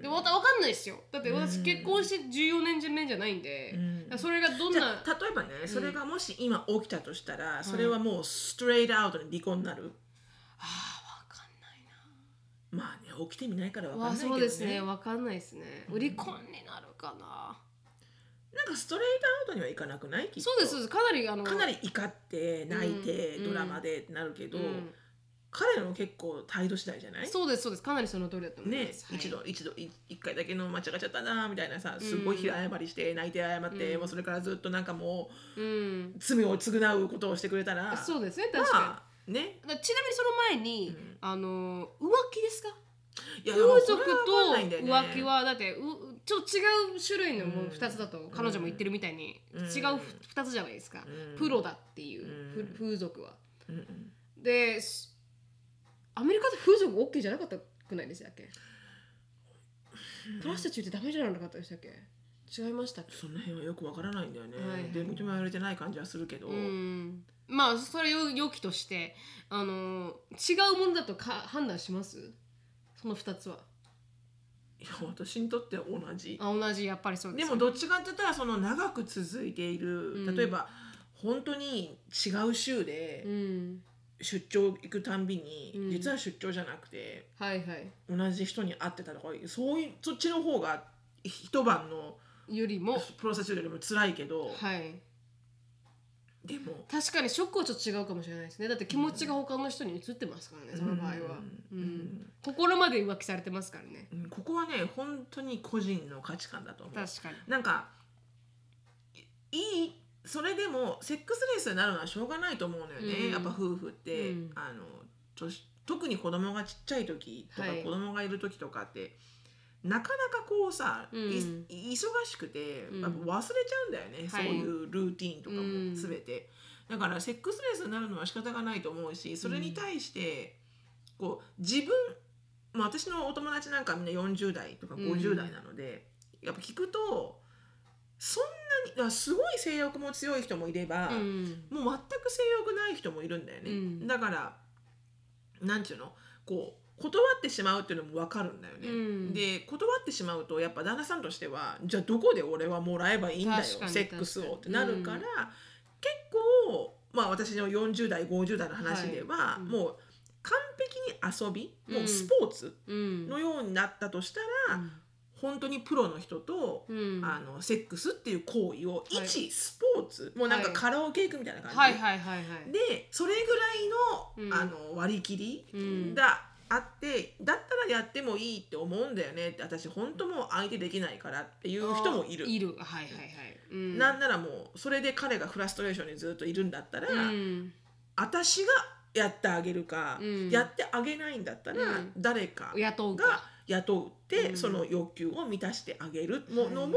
Speaker 2: ん。
Speaker 1: でもまた分かんないですよだって
Speaker 2: う
Speaker 1: 私
Speaker 2: ん
Speaker 1: 結婚して14年目じゃないんで、
Speaker 2: うん
Speaker 1: それがどん
Speaker 2: じゃ
Speaker 1: な
Speaker 2: あ例えばね、
Speaker 1: ん
Speaker 2: それがもし今起きたとしたら、それはもうストレイトアウトに離婚になる
Speaker 1: あー分かんない
Speaker 2: まあね起きてみないから
Speaker 1: な
Speaker 2: 分かんないけど、ね、
Speaker 1: わあそうですね分かんないですね
Speaker 2: うん
Speaker 1: 離婚になるかな、
Speaker 2: なんかストレイトアウトにはいかなくないきっと
Speaker 1: そうですそうですかなりあの
Speaker 2: かなり怒って泣いて、
Speaker 1: うん
Speaker 2: ドラマでってなるけど、
Speaker 1: うん
Speaker 2: 彼の結構態度次第じゃない
Speaker 1: そうですそうですかなりその通りだと思い
Speaker 2: ね
Speaker 1: ます、はい
Speaker 2: 一度一度い一回だけの間違っちゃったなみたいなさすごい平謝りして泣いて謝って、
Speaker 1: うん
Speaker 2: もうそれからずっとなんかも
Speaker 1: うん
Speaker 2: う罪を償うことをしてくれたら
Speaker 1: そうですね
Speaker 2: ま
Speaker 1: 確かに、
Speaker 2: あね
Speaker 1: だからちなみにその前に、
Speaker 2: うん
Speaker 1: あの浮気ですか
Speaker 2: いやでも
Speaker 1: 風
Speaker 2: そ
Speaker 1: 俗と
Speaker 2: れは分かんないんだよね
Speaker 1: 浮気はだってうちょっと違う種類のも
Speaker 2: うん
Speaker 1: の2つだと彼女も言ってるみたいに
Speaker 2: うん
Speaker 1: 違う2つじゃないですか
Speaker 2: うん
Speaker 1: プロだっていう
Speaker 2: う
Speaker 1: ふ
Speaker 2: ん
Speaker 1: 風俗は。
Speaker 2: うんうん
Speaker 1: ですアメリカって風俗 OK じゃなかったくないでしたっけ私たちってダメじゃなかったでしたっけ違いましたっけ
Speaker 2: その辺はよくわからないんだよね、
Speaker 1: はい
Speaker 2: で認められてない感じはするけど、
Speaker 1: うんまあそれを良きとしてあの違うものだとか判断しますその2つはい
Speaker 2: や私にとっては同じ
Speaker 1: あ同じやっぱりそうで
Speaker 2: です
Speaker 1: よ
Speaker 2: も
Speaker 1: ね
Speaker 2: どっちかって言ったらその長く続いている、
Speaker 1: うん
Speaker 2: 例えば本当に違う州で
Speaker 1: うん
Speaker 2: 出張行くたんびに、
Speaker 1: うん
Speaker 2: 実は出張じゃなくて
Speaker 1: はいはい
Speaker 2: 同じ人に会ってたとかそういうそっちの方が一晩の
Speaker 1: よりも
Speaker 2: プロセスよりも辛いけど、
Speaker 1: はい
Speaker 2: でも
Speaker 1: 確かにショックはちょっと違うかもしれないですねだって気持ちが他の人に移ってますからね、その場合は、う
Speaker 2: うんん
Speaker 1: 心まで浮気されてますからね
Speaker 2: うんここはね本当に個人の価値観だと思う。
Speaker 1: 確かに
Speaker 2: なんかいいいそれでもセックスレスになるのはしょうがないと思うのよね、
Speaker 1: うん
Speaker 2: やっぱ夫婦って、
Speaker 1: うん
Speaker 2: あの年特に子供がちっちゃい時とか、
Speaker 1: はい
Speaker 2: 子供がいる時とかってなかなかこうさ、い
Speaker 1: うん
Speaker 2: 忙しくて
Speaker 1: うん
Speaker 2: やっぱ忘れちゃうんだよね、そう
Speaker 1: はい
Speaker 2: いうルーティンとかも
Speaker 1: うん
Speaker 2: 全て、だからセックスレスになるのは仕方がないと思うしそれに対してこう自分まあ私のお友達なんかみんな40代とか50代なので、やっぱ聞くとそんなにだからすごい性欲も強い人もいれば、
Speaker 1: うん
Speaker 2: もう全く性欲ない人もいるんだよね、
Speaker 1: うん
Speaker 2: だからなんていうのこう断ってしまうっていうのも分かるんだよね、
Speaker 1: うん
Speaker 2: で断ってしまうとやっぱ旦那さんとしてはじゃあどこで俺はもらえばいいんだよ
Speaker 1: 確かに
Speaker 2: セックスをっ
Speaker 1: 確
Speaker 2: て
Speaker 1: かに
Speaker 2: なるから、
Speaker 1: うん
Speaker 2: 結構まあ私の40代50代の話では、
Speaker 1: いうん
Speaker 2: もう完璧に遊びもううんスポーツ
Speaker 1: うん
Speaker 2: のようになったとしたら、
Speaker 1: うん
Speaker 2: 本当にプロの人と、
Speaker 1: うん
Speaker 2: あのセックスっていう行為を一、
Speaker 1: はい
Speaker 2: スポーツもうなんか
Speaker 1: はい
Speaker 2: カラオケ行くみたいな感じ、
Speaker 1: はいはいはいはい
Speaker 2: でそれ
Speaker 1: うん
Speaker 2: ぐらいの,、あの割り切
Speaker 1: う
Speaker 2: り
Speaker 1: ん
Speaker 2: があって、だったらやってもいいって思うんだよねって私本当もう相手できないからっていう人もいる。
Speaker 1: いるはいはいはい、うん、
Speaker 2: なんならもうそれで彼がフラストレーションにずっといるんだったら、
Speaker 1: うん
Speaker 2: 私がやってあげるか、
Speaker 1: うん
Speaker 2: やってあげないんだったら、
Speaker 1: うん
Speaker 2: 誰か
Speaker 1: 雇う
Speaker 2: が
Speaker 1: か
Speaker 2: 雇って、
Speaker 1: うん
Speaker 2: その欲求を満たしてあげるものも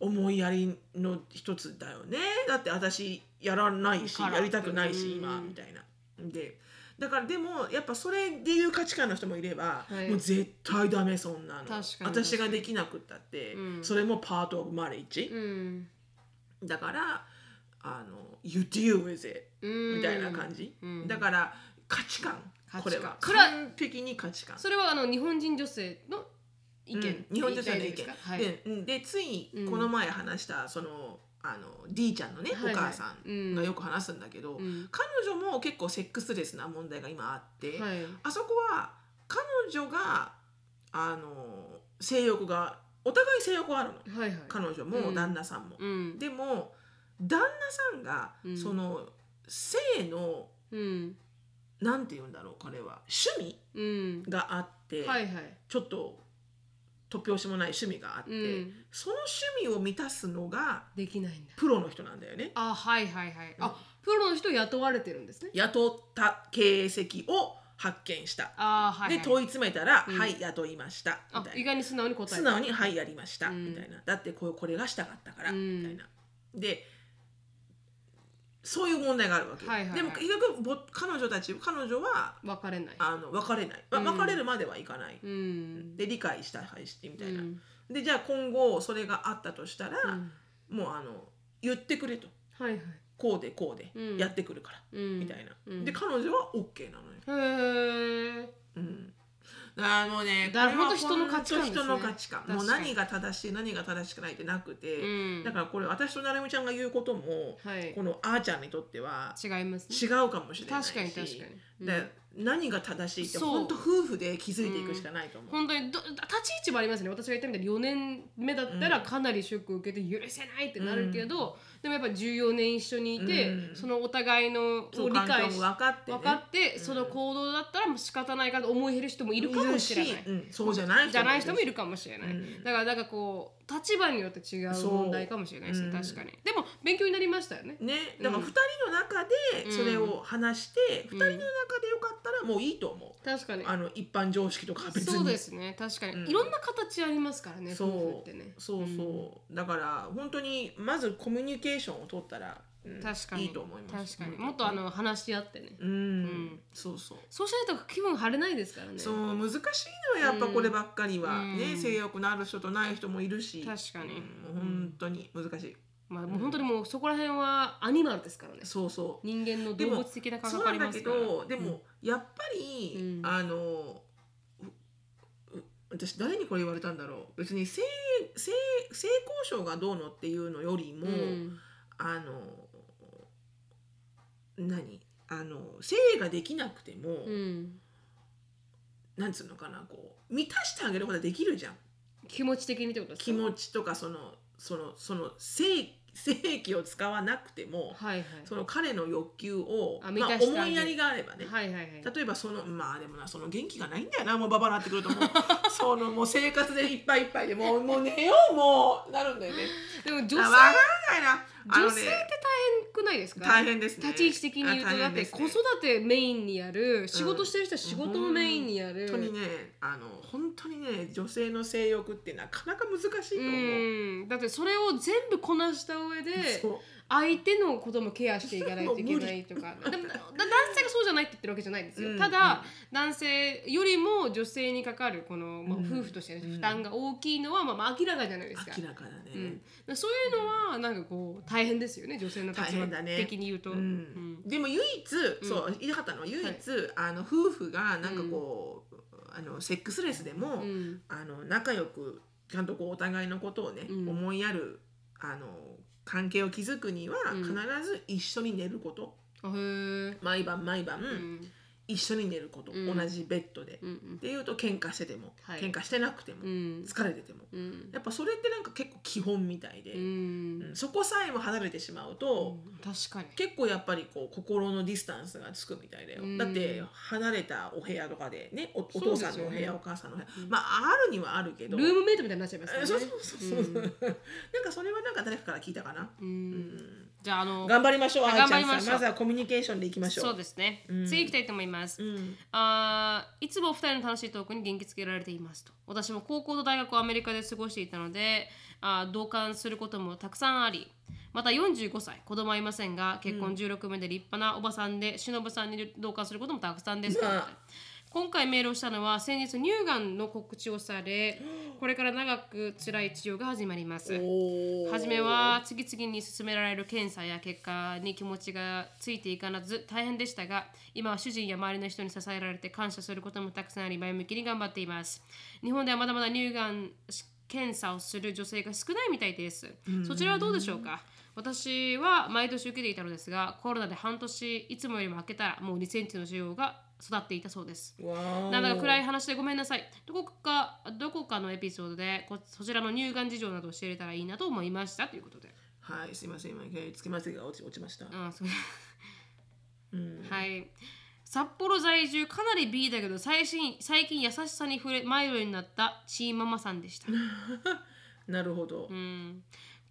Speaker 2: 思いやりの一つだよねだって私やらないし
Speaker 1: から
Speaker 2: やりたくない
Speaker 1: うん
Speaker 2: し今みたいな。でだからでもやっぱそれでいう価値観の人もいれば、
Speaker 1: はい
Speaker 2: もう絶対ダメそんな
Speaker 1: 確
Speaker 2: の
Speaker 1: かに確かに
Speaker 2: 私ができなくったって、
Speaker 1: うん
Speaker 2: それもパート・オブ・マリッジ、
Speaker 1: うん
Speaker 2: だからあの「You deal with it」
Speaker 1: うん
Speaker 2: みたいな感じ、
Speaker 1: うん
Speaker 2: だから価値観
Speaker 1: 価値観
Speaker 2: これは
Speaker 1: それは
Speaker 2: 完璧に価値観
Speaker 1: それはあの日本人女性の意見、
Speaker 2: うん日本女性の意見
Speaker 1: ですかはい、
Speaker 2: でうんでつい
Speaker 1: うん
Speaker 2: この前話したそのあの D ちゃんのね、
Speaker 1: はいはい
Speaker 2: お母さ
Speaker 1: うん
Speaker 2: んがよく話すんだけど、
Speaker 1: うん
Speaker 2: 彼女も結構セックスレスな問題が今あって、
Speaker 1: はい
Speaker 2: あそこは彼女があの性欲がお互い性欲はあるの
Speaker 1: はいはい
Speaker 2: 彼女
Speaker 1: う
Speaker 2: も
Speaker 1: ん
Speaker 2: 旦那さんも。
Speaker 1: うん
Speaker 2: でも旦那さんが、
Speaker 1: うん
Speaker 2: その性の
Speaker 1: うん
Speaker 2: なんて言うんだろう彼は趣
Speaker 1: うん
Speaker 2: 味があって、
Speaker 1: はいはい
Speaker 2: ちょっと突拍子もない趣味があって、
Speaker 1: うん
Speaker 2: その趣味を満たすのが
Speaker 1: できないんだ
Speaker 2: プロの人なんだよね。
Speaker 1: あはいはいはい、
Speaker 2: うん
Speaker 1: あプロの人雇われてるんですね
Speaker 2: 雇った形跡を発見した。
Speaker 1: あはい、はい、
Speaker 2: で問い詰めたら「
Speaker 1: うん
Speaker 2: はい雇いました」み
Speaker 1: あ
Speaker 2: たい
Speaker 1: 意
Speaker 2: な
Speaker 1: 外に素直に答えた
Speaker 2: 素直に「はいやりました」
Speaker 1: うん
Speaker 2: みたいな「だってこうこれがしたかったから」
Speaker 1: うん
Speaker 2: みたいな。でそういう問題があるわけよ、
Speaker 1: はいはいはい
Speaker 2: でも結局ぼ彼女たち彼女は
Speaker 1: 別れない
Speaker 2: あの別れない、ま
Speaker 1: うん
Speaker 2: 別れるまではいかない、
Speaker 1: うん
Speaker 2: で理解した配信みたいな、
Speaker 1: うん
Speaker 2: でじゃあ今後それがあったとしたら、
Speaker 1: うん
Speaker 2: もうあの言ってくれと
Speaker 1: はいはい
Speaker 2: こうでこうで
Speaker 1: うん
Speaker 2: やってくるから、
Speaker 1: み
Speaker 2: みたいな、
Speaker 1: うん
Speaker 2: で彼女は OK なのよ、
Speaker 1: へえ
Speaker 2: うん、だからもうね
Speaker 1: だから
Speaker 2: これは
Speaker 1: 本当人の価値観ですね
Speaker 2: 本当人の価値観
Speaker 1: 確かに
Speaker 2: もう何が正しい何が正しくないってなくて、
Speaker 1: うん
Speaker 2: だからこれ私となるみちゃんが言うことも、
Speaker 1: はい
Speaker 2: このあーちゃんにとっては
Speaker 1: 違いますね
Speaker 2: 違うかもしれないし
Speaker 1: 確かに確かに
Speaker 2: で
Speaker 1: うん
Speaker 2: 何が正しいって
Speaker 1: そう
Speaker 2: 本当夫婦で気づいていくしかないと思う、
Speaker 1: 本当にど立ち位置もありますね私が言ったみたいに4年目だったら
Speaker 2: うん
Speaker 1: かなりショックを受けて許せないってなるけど、でもやっぱ14年一緒にいて、
Speaker 2: うん
Speaker 1: そのお互いのを
Speaker 2: そう
Speaker 1: 理
Speaker 2: 環境
Speaker 1: 解
Speaker 2: も
Speaker 1: し
Speaker 2: 分かって、ね、
Speaker 1: 分かって、
Speaker 2: うん
Speaker 1: その行動だったらもう仕方ないかと思い減る人もいるかもしれない
Speaker 2: るしうん、そうじゃない
Speaker 1: じゃない人もい
Speaker 2: る
Speaker 1: るかもしれない、
Speaker 2: うん
Speaker 1: だからなんかこう立場によって違う問題かもしれないですね
Speaker 2: そう
Speaker 1: 確かに、でも勉強になりましたよね
Speaker 2: ねだから
Speaker 1: うん
Speaker 2: 2人の中でそれを話して、
Speaker 1: う
Speaker 2: 二
Speaker 1: ん
Speaker 2: 2人の中でよかったらもういいと思う、
Speaker 1: 確かに
Speaker 2: あの一般常識とかは別に
Speaker 1: そうですね確かに、
Speaker 2: うん
Speaker 1: いろんな形ありますからね
Speaker 2: そ
Speaker 1: 夫
Speaker 2: う
Speaker 1: 婦ってね
Speaker 2: そうそうだから本当にまずコミュニケーションを取ったら、うん
Speaker 1: 確かに
Speaker 2: いいと思います
Speaker 1: 確かにもっとあの話し合ってね、
Speaker 2: うん、
Speaker 1: ん
Speaker 2: そうそう
Speaker 1: そうしないと気分晴れないですからね
Speaker 2: そう難しいのよやっぱこればっかりは、
Speaker 1: うん
Speaker 2: ね性欲のある人とない人もいるし
Speaker 1: 確かに
Speaker 2: うんもう本当に難しい、
Speaker 1: まあもう本当にもうそこら辺はアニマルですからね
Speaker 2: そうそう
Speaker 1: 人間の動物的な感
Speaker 2: そう
Speaker 1: 覚あり
Speaker 2: なんだ
Speaker 1: ま
Speaker 2: け
Speaker 1: すから
Speaker 2: どでもやっぱり、
Speaker 1: うん
Speaker 2: あのうう私誰にこれ言われたんだろう別に性性性交渉がどうのっていうのよりも、
Speaker 1: うん
Speaker 2: あの何あの性ができなくても、
Speaker 1: うん
Speaker 2: なんつうのかなこう満たしてあげることはできるじゃん
Speaker 1: 気持ち的にってことですか
Speaker 2: 気持ちとかそのそのその性性器を使わなくても、
Speaker 1: はいはい
Speaker 2: その彼の欲求を
Speaker 1: あ満
Speaker 2: まあ
Speaker 1: た、してあげる
Speaker 2: 思いやりがあればね、
Speaker 1: はいはいはい
Speaker 2: 例えばそのまあでもなその元気がないんだよなもうババアになってくる
Speaker 1: *laughs*
Speaker 2: ともうそのもう生活でいっぱいいっぱいでもうもう寝ようもうなるんだよね。
Speaker 1: でも女性
Speaker 2: わ
Speaker 1: 女
Speaker 2: からないなあの
Speaker 1: 性って
Speaker 2: ね
Speaker 1: 大変くないですか
Speaker 2: 大変ですね。
Speaker 1: 立ち位置的に言う
Speaker 2: あ
Speaker 1: とだっ
Speaker 2: 大変
Speaker 1: て
Speaker 2: です
Speaker 1: 子
Speaker 2: ね
Speaker 1: 育てメインにやる仕事してる人は仕事もメインにやる
Speaker 2: 本当にねあの本当にね女性の性欲ってなかなか難しいと思う。
Speaker 1: うんだってそれを全部こなした上で
Speaker 2: そう
Speaker 1: 相手のこともケアしていかないといけないとかでもだ男性がそうじゃないって言ってるわけじゃないんですよ、
Speaker 2: うん
Speaker 1: ただ男性よりも女性にかかるこの、まあ、
Speaker 2: うん
Speaker 1: 夫婦としての負担が大きいのは、まあ、まあ明らかじゃないですか
Speaker 2: 明らかだね。
Speaker 1: うん、だからそういうのはなんかこう大変ですよね女性の立
Speaker 2: 大
Speaker 1: 場
Speaker 2: 変だね
Speaker 1: 的に言うと。
Speaker 2: う
Speaker 1: うんん
Speaker 2: でも唯一、
Speaker 1: うん
Speaker 2: そう言いたかったのは唯一、
Speaker 1: はい
Speaker 2: あの夫婦がなんかこう、あのセックスレスでも、
Speaker 1: うん
Speaker 2: あの仲良くちゃんとこうお互いのことをね、
Speaker 1: うん
Speaker 2: 思いやるあの関係を築くには、
Speaker 1: うん
Speaker 2: 必ず一緒に寝ること
Speaker 1: あへー
Speaker 2: 毎晩毎晩、
Speaker 1: うん
Speaker 2: 一緒に寝ること、
Speaker 1: うん
Speaker 2: 同じベッドで、
Speaker 1: うん
Speaker 2: っていうと喧嘩してても、
Speaker 1: はい
Speaker 2: 喧嘩してなくても、
Speaker 1: うん
Speaker 2: 疲れてても
Speaker 1: うん
Speaker 2: やっぱそれってなんか結構基本みたいで、
Speaker 1: うん
Speaker 2: うんそこさえも離れてしまうと、
Speaker 1: 確かに
Speaker 2: 結構やっぱりこう心のディスタンスがつくみたいだよ、
Speaker 1: うん
Speaker 2: だって離れたお部屋とかでねおお
Speaker 1: そうで
Speaker 2: 父
Speaker 1: すよ
Speaker 2: さ
Speaker 1: ね
Speaker 2: んのお部屋お母さんのお部屋、
Speaker 1: うん
Speaker 2: まああるにはあるけど
Speaker 1: ルームメイトみたいになっちゃいますからね
Speaker 2: えそうそうそうそう、
Speaker 1: うん
Speaker 2: なんかそれはなんか誰かから聞いたかな、
Speaker 1: う
Speaker 2: うん
Speaker 1: んじゃああの
Speaker 2: 頑張りましょうあ
Speaker 1: あ
Speaker 2: ーちゃん
Speaker 1: 頑張りましょう
Speaker 2: さ
Speaker 1: ん
Speaker 2: まずはコミュニケーションでいきましょう
Speaker 1: そうですね
Speaker 2: うん
Speaker 1: 次行きたいと思います
Speaker 2: うん
Speaker 1: あーいつもお二人の楽しいトークに元気づけられていますと私も高校と大学をアメリカで過ごしていたのであー同感することもたくさんありまた45歳子供はいませんが結婚16名で立派なおばさんで忍さんに同感することもたくさんですと、
Speaker 2: まあ
Speaker 1: 今回メールをしたのは先日乳がんの告知をされこれから長く辛い治療が始まります
Speaker 2: おー
Speaker 1: 初めは次々に進められる検査や結果に気持ちがついていかなず大変でしたが今は主人や周りの人に支えられて感謝することもたくさんあり前向きに頑張っています日本ではまだまだ乳がん検査をする女性が少ないみたいですそちらはどうでしょうか私は毎年受けていたのですがコロナで半年いつもよりも空けたらもう2センチの腫瘍が育っていたそうです
Speaker 2: わー
Speaker 1: なんだか暗い話でごめんなさい。どこかどこかのエピソードでこそちらの乳がん事情などを教えれたらいいなと思いましたということで。
Speaker 2: はいすいません今つけまつげが落ち落ちました、
Speaker 1: あそう
Speaker 2: うん
Speaker 1: はい。札幌在住かなり B だけど最近最近優しさに触れ迷子になったチーママさんでした。
Speaker 2: なるほど
Speaker 1: う、ん。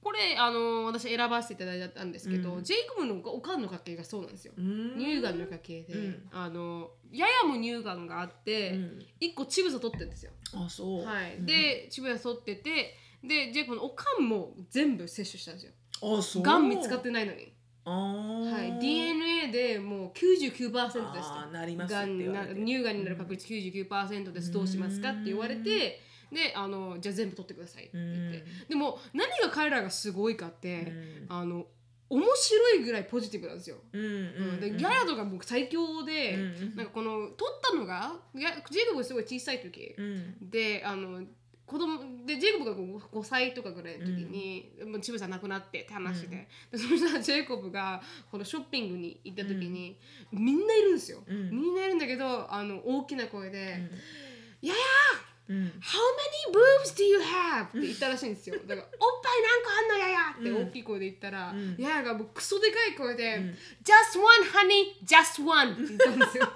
Speaker 1: これあの私選ばせていただいたんですけど、
Speaker 2: うん
Speaker 1: ジェイコブのおかんの家系がそうなんですよ。
Speaker 2: うん
Speaker 1: 乳がんの家系で、
Speaker 2: うん
Speaker 1: あのややも乳がんがあって、
Speaker 2: うん
Speaker 1: 1個乳房取ってるんですよ。
Speaker 2: あそう、
Speaker 1: はい、
Speaker 2: うん
Speaker 1: で渋谷剃っててでジェイコのおかんも全部摂取したんですよ
Speaker 2: あそう
Speaker 1: がん見つかってないのに、
Speaker 2: あー
Speaker 1: はい、DNA でもう99%です
Speaker 2: あーなり
Speaker 1: と
Speaker 2: ますっ
Speaker 1: が
Speaker 2: て
Speaker 1: んに
Speaker 2: 言わ
Speaker 1: な
Speaker 2: れて
Speaker 1: 乳がんになる確率99%ですどうしますかって言われてであのじゃあ全部取ってくださいって
Speaker 2: う
Speaker 1: 言っ
Speaker 2: ん
Speaker 1: てでも何が彼らがすごいかっ
Speaker 2: う
Speaker 1: て、
Speaker 2: ん
Speaker 1: あの面白いぐらいポジティブなんですよ、
Speaker 2: うんうん
Speaker 1: でヤヤドが僕最強で、
Speaker 2: うんうん
Speaker 1: なんかこの取ったのがやジェイコブがすごい小さい時、
Speaker 2: うん
Speaker 1: であの子供でジェイコブが 5, 歳とかぐらいの時に、もうチブさん亡くなってって話で,、でそしたらジェイコブがこのショッピングに行った時に、みんないるんですよ、
Speaker 2: うん
Speaker 1: みんないるんだけどあの大きな声で「いやいや
Speaker 2: うん、
Speaker 1: How many boobs do you have?」って言ったらしいん
Speaker 2: *laughs*
Speaker 1: ですよだから「おっぱい何個あんのやや!」って
Speaker 2: うん
Speaker 1: 大きい声で言ったら、
Speaker 2: うん
Speaker 1: ややがもうクソでかい声で「
Speaker 2: うん
Speaker 1: Just one honey just one」って言ったんですよ。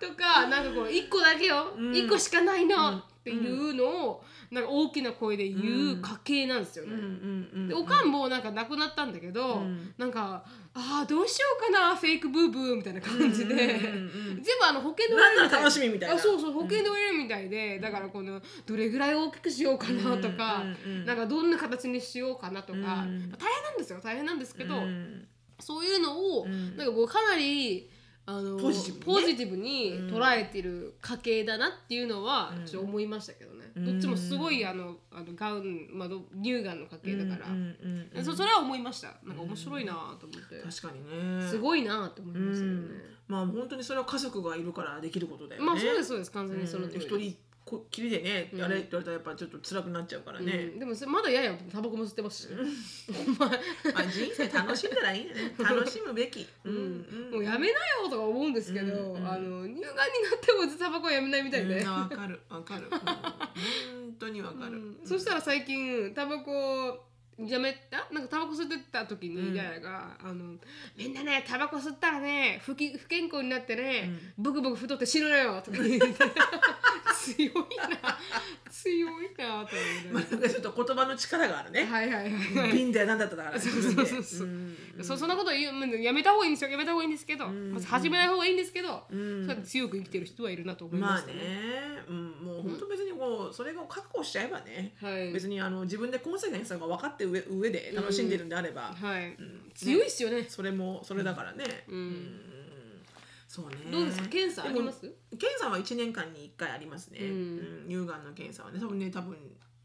Speaker 1: とかなんかこう1個だけよ、
Speaker 2: うん
Speaker 1: 一1個しかないの、
Speaker 2: うん
Speaker 1: っていうのをなんか大きな声で言う家系なんですよ
Speaker 2: うん
Speaker 1: ね。
Speaker 2: うんうん
Speaker 1: でおかんもなんか亡くなったんだけど、
Speaker 2: うん
Speaker 1: なんか「ああどうしようかなフェイクブーブー」みたいな感じで、
Speaker 2: うんうんうんうん
Speaker 1: 全部あの保険の
Speaker 2: なんなら楽しみみたいな
Speaker 1: あそうそう保険の上みたいで、だからこのどれぐらい大きくしようかなとか、
Speaker 2: うんうんうん
Speaker 1: なんかどんな形にしようかなとか、
Speaker 2: うん
Speaker 1: 大変なんですよ大変なんですけど、
Speaker 2: うん
Speaker 1: そういうのを、
Speaker 2: うん
Speaker 1: なんかこうかなりあの
Speaker 2: ポジティブにね
Speaker 1: ポジティブに捉えてる家系だなっていうのは、
Speaker 2: うん
Speaker 1: ちょっと思いましたけどね、
Speaker 2: うん
Speaker 1: どっちもすごいあのあのがん、まあ、ど乳がんの家系だから、
Speaker 2: うんうんうん
Speaker 1: そそれは思いましたなんか面白いなと思って、
Speaker 2: 確かにね
Speaker 1: すごいなと思いうましたよね、
Speaker 2: んまあ本当にそれは家族がいるからできることだよね
Speaker 1: まあそうですそうです完全にその
Speaker 2: うん
Speaker 1: 通りで
Speaker 2: 一
Speaker 1: す
Speaker 2: 人こきりでね
Speaker 1: うん
Speaker 2: あれって言われたらやっぱちょっと辛くなっちゃうから
Speaker 1: う
Speaker 2: ね
Speaker 1: んでもそれまだややタバコも吸ってますし、ね、
Speaker 2: まあ人生楽しんだらいいね楽しむべきうん
Speaker 1: もうやめなよとか思うんですけど、
Speaker 2: うんうん
Speaker 1: あの乳がんになってもタバコはやめないみたいで、
Speaker 2: うんわかるわかるうん本当にわかる
Speaker 1: うんそしたら最近タバコをやめたなんかタバコ吸ってた時
Speaker 2: う
Speaker 1: に
Speaker 2: ん
Speaker 1: ヤヤが、あの「みんなねタバコ吸ったらね不き不健康になってね、ブクブク太って死ぬのよ」とか言って強いな強いなと思
Speaker 2: ま
Speaker 1: い
Speaker 2: あなんかちょっと言葉の力があるね
Speaker 1: ながらはいはいはい、はい
Speaker 2: 瓶だよなんだっただか
Speaker 1: *laughs*
Speaker 2: ら
Speaker 1: そうそうそうそう
Speaker 2: うん
Speaker 1: そそんなこと言うまあやめた方がいいんですよやめた方がいいんですけど、
Speaker 2: うん
Speaker 1: まず始めない方がいいんですけど、
Speaker 2: うん
Speaker 1: そうやって強く生きてる人はいるなと思いま
Speaker 2: まあ
Speaker 1: し
Speaker 2: ね
Speaker 1: たね。、
Speaker 2: うん、もう本当別にこうそれを確保しちゃえばね、
Speaker 1: はい
Speaker 2: 別にあの自分でコンセクエンスが分かって上上で楽しんでるんであれば、
Speaker 1: はい
Speaker 2: ん
Speaker 1: 強いっすよね。
Speaker 2: それもそれだからね、
Speaker 1: うん
Speaker 2: そうね
Speaker 1: どうですか検査ありま
Speaker 2: ですも検査は1年間に1回ありますね、
Speaker 1: うん
Speaker 2: うん乳がんの検査はね多分ね多分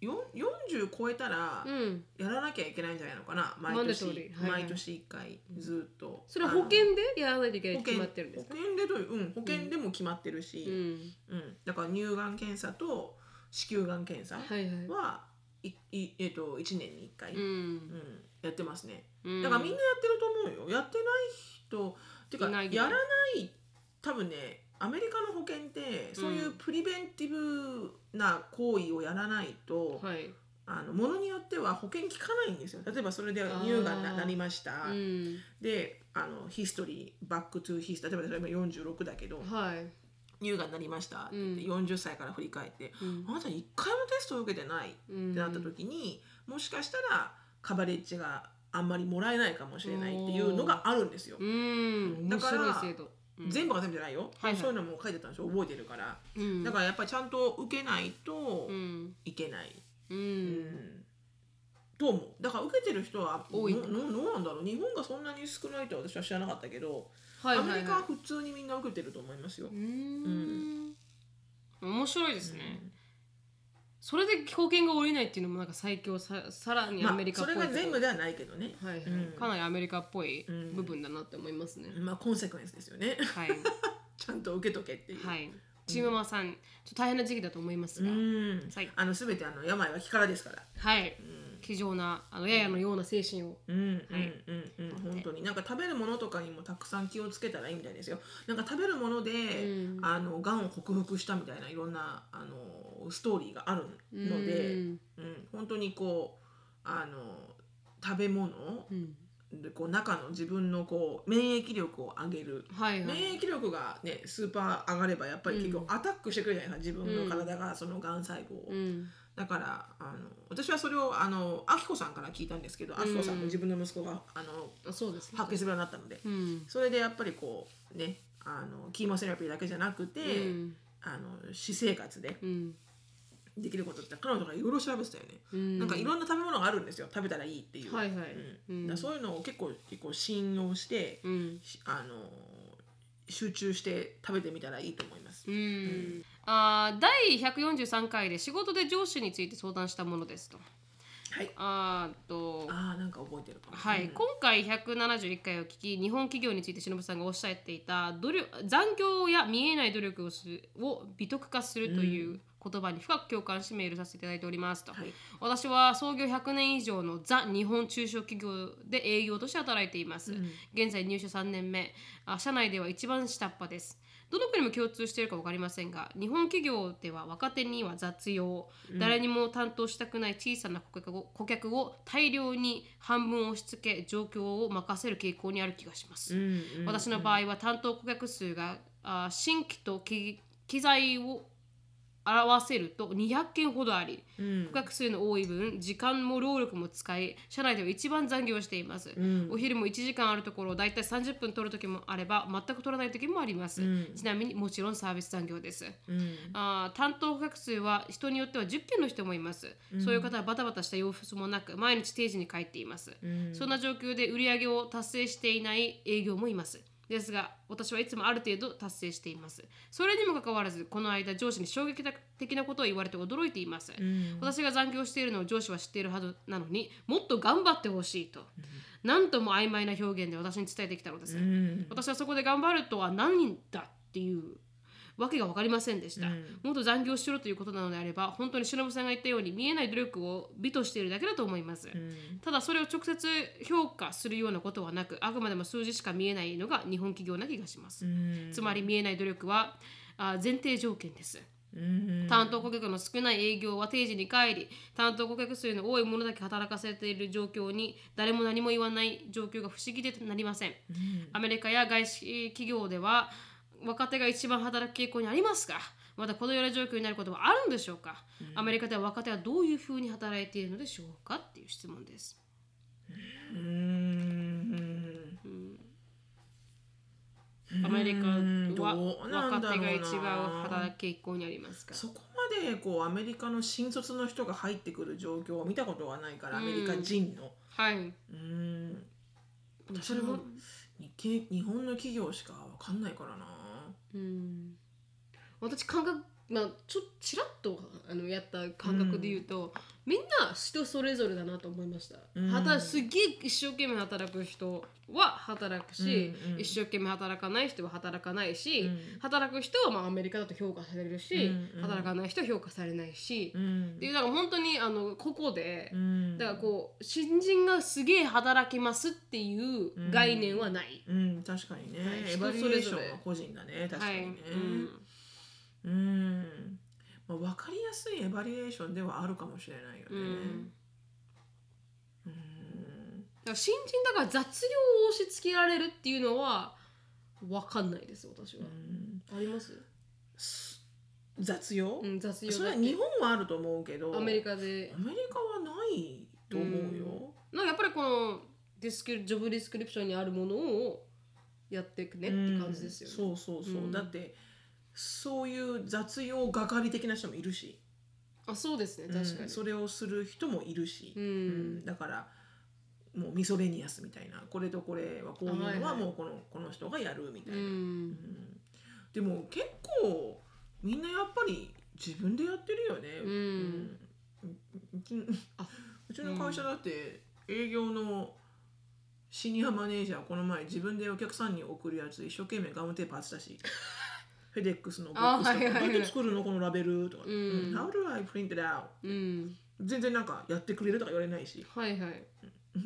Speaker 2: よん40超えたら
Speaker 1: うん。
Speaker 2: やらなきゃいけないんじゃないのかな、毎年、
Speaker 1: マンダトリーはいはい
Speaker 2: 毎年1回ずっと
Speaker 1: それは保険でやらないといけ
Speaker 2: あ
Speaker 1: ない
Speaker 2: の
Speaker 1: っ
Speaker 2: 保
Speaker 1: て
Speaker 2: 険
Speaker 1: 決ま
Speaker 2: 保
Speaker 1: ってるんですか
Speaker 2: 険でという、うん、保険でも決まってるし、
Speaker 1: うん、
Speaker 2: うん、だから乳がん検査と子宮がん検査
Speaker 1: はいはい。
Speaker 2: はいいえっと1年に1回、
Speaker 1: う
Speaker 2: うん
Speaker 1: ん
Speaker 2: やってますね
Speaker 1: うん
Speaker 2: だからみんなやってると思うよやってない人っていうか
Speaker 1: いないけど
Speaker 2: やらない多分ねアメリカの保険ってそういうプリベンティブな行為をやらないと、
Speaker 1: はい。
Speaker 2: あのものによっては保険効かないんですよ例えばそれで乳がん
Speaker 1: あ
Speaker 2: な
Speaker 1: ー
Speaker 2: なりました、
Speaker 1: うん。
Speaker 2: であのヒストリーバックトゥヒストリー例えばそれも46だけど
Speaker 1: はい。
Speaker 2: 乳がんになりましたって言って、40歳から振り返って
Speaker 1: うん
Speaker 2: あなた一回もテストを受けてないっ
Speaker 1: うん
Speaker 2: てなった時に、もしかしたらカバレッジがあんまりもらえないかもしれないっていうのがあるんですよ。
Speaker 1: うん。
Speaker 2: だから
Speaker 1: 面白い制度。うん
Speaker 2: 全部が全部じゃないよ、
Speaker 1: はいはい
Speaker 2: そういうのも書いてたんでしょ覚えてるから、
Speaker 1: うん。
Speaker 2: だからやっぱりちゃんと受けないと
Speaker 1: うん。
Speaker 2: いけない、
Speaker 1: う
Speaker 2: うん
Speaker 1: ん。
Speaker 2: と思うだから受けてる人は
Speaker 1: 多い
Speaker 2: ののどうなんだろう日本がそんなに少ないとは私は知らなかったけど、
Speaker 1: はい。
Speaker 2: ア
Speaker 1: は
Speaker 2: メ
Speaker 1: い
Speaker 2: リカは
Speaker 1: は
Speaker 2: 普通にみんな受けてると思いますよ
Speaker 1: い。う。ん。面白いですね。それで保険が下りないっていうのもなんか最強ささら
Speaker 2: うん
Speaker 1: に
Speaker 2: ま
Speaker 1: ア
Speaker 2: あ
Speaker 1: メリカっぽ
Speaker 2: そ
Speaker 1: い
Speaker 2: れ
Speaker 1: とこ
Speaker 2: が全部ではないけどね、
Speaker 1: はいはい、
Speaker 2: うん
Speaker 1: かなりアメリカっぽい
Speaker 2: うん
Speaker 1: 部分だなって思いますね、
Speaker 2: まあコンセクエンスですよね *laughs*
Speaker 1: はい
Speaker 2: ちゃんと受けとけっていう。
Speaker 1: はいチームマさんちょっと大変な時期だと思います
Speaker 2: う
Speaker 1: が、
Speaker 2: ん
Speaker 1: はい
Speaker 2: あの全てあの病は気からですから。
Speaker 1: はい
Speaker 2: うん
Speaker 1: 気丈なあのややのような精神を、
Speaker 2: うんうん
Speaker 1: はい
Speaker 2: うんうん
Speaker 1: 待って
Speaker 2: 本当になんか食べるものとかにもたくさん気をつけたらいいみたいですよなんか食べるもので、
Speaker 1: うん
Speaker 2: あのがんを克服したみたいないろんなあのストーリーがあるので、
Speaker 1: う
Speaker 2: うん
Speaker 1: ん
Speaker 2: 本当にこうあの食べ物
Speaker 1: うん
Speaker 2: でこう中の自分のこう免疫力を上げる
Speaker 1: はいはい、
Speaker 2: 免疫力がねスーパー上がればやっぱり結
Speaker 1: う
Speaker 2: 構
Speaker 1: ん
Speaker 2: アタックしてくるじゃないですか自分
Speaker 1: うん
Speaker 2: の体がそのがん細胞を。
Speaker 1: うん
Speaker 2: だからあの私はそれをあのアキコさんから聞いたんですけど、
Speaker 1: ん
Speaker 2: アキコさんも自分の息子があの
Speaker 1: あそうですね
Speaker 2: 発見するようになったので、
Speaker 1: うん
Speaker 2: それでやっぱりこうねあのキーモセラピーだけじゃなくて、
Speaker 1: うん
Speaker 2: あの私生活で
Speaker 1: うん
Speaker 2: できることって彼女がいろいろ調べてたよね、
Speaker 1: うん
Speaker 2: なんかいろんな食べ物があるんですよ食べたらいいっていう、
Speaker 1: はいはい
Speaker 2: うん
Speaker 1: うん
Speaker 2: だからそういうのを結構結構信用して、
Speaker 1: うん
Speaker 2: しあの集中して食べてみたらいいと思います
Speaker 1: う。ん、あー第143回で仕事で上司について相談したものですと。
Speaker 2: はい、
Speaker 1: あーっと
Speaker 2: ああなんか覚えてるかも。
Speaker 1: はい、
Speaker 2: うん
Speaker 1: 今回171回を聞き日本企業について忍さんがおっしゃっていた努力残業や見えない努力をするを美徳化するという言葉に深く共感しメールさせていただいておりますと、
Speaker 2: はい
Speaker 1: 私は創業100年以上のザ日本中小企業で営業として働いています、現在入社3年目あ社内では一番下っ端ですどの国も共通しているか分かりませんが日本企業では若手には雑用、誰にも担当したくない小さな顧客を顧客を大量に半分押し付け状況を任せる傾向にある気がします、
Speaker 2: うんうん
Speaker 1: 私の場合は担当顧客数があ新規と機機材を表せると200件ほどあり
Speaker 2: うん
Speaker 1: 顧客数の多い分時間も労力も使い社内では一番残業しています、
Speaker 2: うん
Speaker 1: お昼も1時間あるところをだいたい30分取る時もあれば全く取らない時もあります、
Speaker 2: うん
Speaker 1: ちなみにもちろんサービス残業です
Speaker 2: うん
Speaker 1: あー担当顧客数は人によっては10件の人もいます、そういう方はバタバタした様子もなく毎日定時に帰っています、
Speaker 2: うん
Speaker 1: そんな状況で売り上げを達成していない営業もいますですが私はいつもある程度達成していますそれにもかかわらずこの間上司に衝撃的なことを言われて驚いています、
Speaker 2: うん
Speaker 1: 私が残業しているのを上司は知っているはずなのにもっと頑張ってほしいと、なんとも曖昧な表現で私に伝えてきたのです、
Speaker 2: うん
Speaker 1: 私はそこで頑張るとは何だっていうわけが分かりませんでした、
Speaker 2: うん
Speaker 1: もっと残業しろということなのであれば本当に忍さんが言ったように見えない努力を美としているだけだと思います、
Speaker 2: うん
Speaker 1: ただそれを直接評価するようなことはなくあくまでも数字しか見えないのが日本企業な気がします、
Speaker 2: うん
Speaker 1: つまり見えない努力はあ前提条件です、
Speaker 2: うん
Speaker 1: 担当顧客の少ない営業は定時に帰り担当顧客数の多いものだけ働かせている状況に誰も何も言わない状況が不思議でなりません
Speaker 2: うん
Speaker 1: アメリカや外資企業では若手が一番働く傾向にありますがまたこのような状況になることはあるんでしょうか、アメリカでは若手はどういうふうに働いているのでしょうかっていう質問です
Speaker 2: うん
Speaker 1: アメリカ
Speaker 2: うん
Speaker 1: は
Speaker 2: どうなん
Speaker 1: 若
Speaker 2: だろ
Speaker 1: 手
Speaker 2: うな
Speaker 1: が一番働く傾向にありますか
Speaker 2: そこまでこうアメリカの新卒の人が入ってくる状況を見たことがないからアメリカ人の
Speaker 1: はい
Speaker 2: うん
Speaker 1: それも、
Speaker 2: 日系日本の企業しかわかんないからな
Speaker 1: うん、私感覚まあ、ちょちらっとあのやった感覚で言うと、みんな人それぞれだなと思いました、
Speaker 2: うん
Speaker 1: 働すっげえ一生懸命働く人は働くし、
Speaker 2: うんうん
Speaker 1: 一生懸命働かない人は働かないし、
Speaker 2: うん
Speaker 1: 働く人はまあアメリカだと評価されるし、
Speaker 2: うんうん
Speaker 1: 働かない人は評価されないし、
Speaker 2: うん
Speaker 1: っていうだから本当にあの個々で、
Speaker 2: うん
Speaker 1: だからこう新人がすげえ働きますっていう概念はない。
Speaker 2: うん、確かにね、
Speaker 1: はい
Speaker 2: エ
Speaker 1: 人
Speaker 2: バリエ
Speaker 1: それ
Speaker 2: ーシ
Speaker 1: ぞれ
Speaker 2: ョンは個人だね確か
Speaker 1: は
Speaker 2: に
Speaker 1: い
Speaker 2: ね、
Speaker 1: うん
Speaker 2: うん、まあ、分かりやすいエバリエーションではあるかもしれないよね。
Speaker 1: うん
Speaker 2: うん
Speaker 1: だから新人だから雑用を押し付けられるっていうのは分かんないです私は、
Speaker 2: うん
Speaker 1: あります、
Speaker 2: 雑用、
Speaker 1: うん、雑用
Speaker 2: それ
Speaker 1: だっ
Speaker 2: は
Speaker 1: て
Speaker 2: 日本はあると思うけど
Speaker 1: アメリ
Speaker 2: カ
Speaker 1: カで
Speaker 2: アメリカはないと思うよ。
Speaker 1: なんかやっぱりこのディスクジョブディスクリプションにあるものをやっていくねって感じですよね、
Speaker 2: うんそうそうそう、
Speaker 1: うん
Speaker 2: だってそういう雑用係的な人もいるし
Speaker 1: あそうですね確かに、
Speaker 2: うんそれをする人もいるし、
Speaker 1: うん
Speaker 2: だからもうミソレニアスみたいなこれとこれはこういうの
Speaker 1: はい
Speaker 2: は
Speaker 1: はい
Speaker 2: もうこの,、この人がやるみたいな、
Speaker 1: う
Speaker 2: うんんでも結構みんなやっぱり自分でやってるよね、
Speaker 1: うん
Speaker 2: うんうち
Speaker 1: あ
Speaker 2: うちの会社だって営業のシニアマネージャーこの前自分でお客さんに送るやつ一生懸命ガムテープ外したしフェデックスのボック
Speaker 1: あ
Speaker 2: スとか、
Speaker 1: はいはいはい
Speaker 2: どうやって作るのこのラベルとか、
Speaker 1: うん
Speaker 2: How do I print it out?
Speaker 1: うん
Speaker 2: 全然なんかやってくれるとか言われないし
Speaker 1: はいはい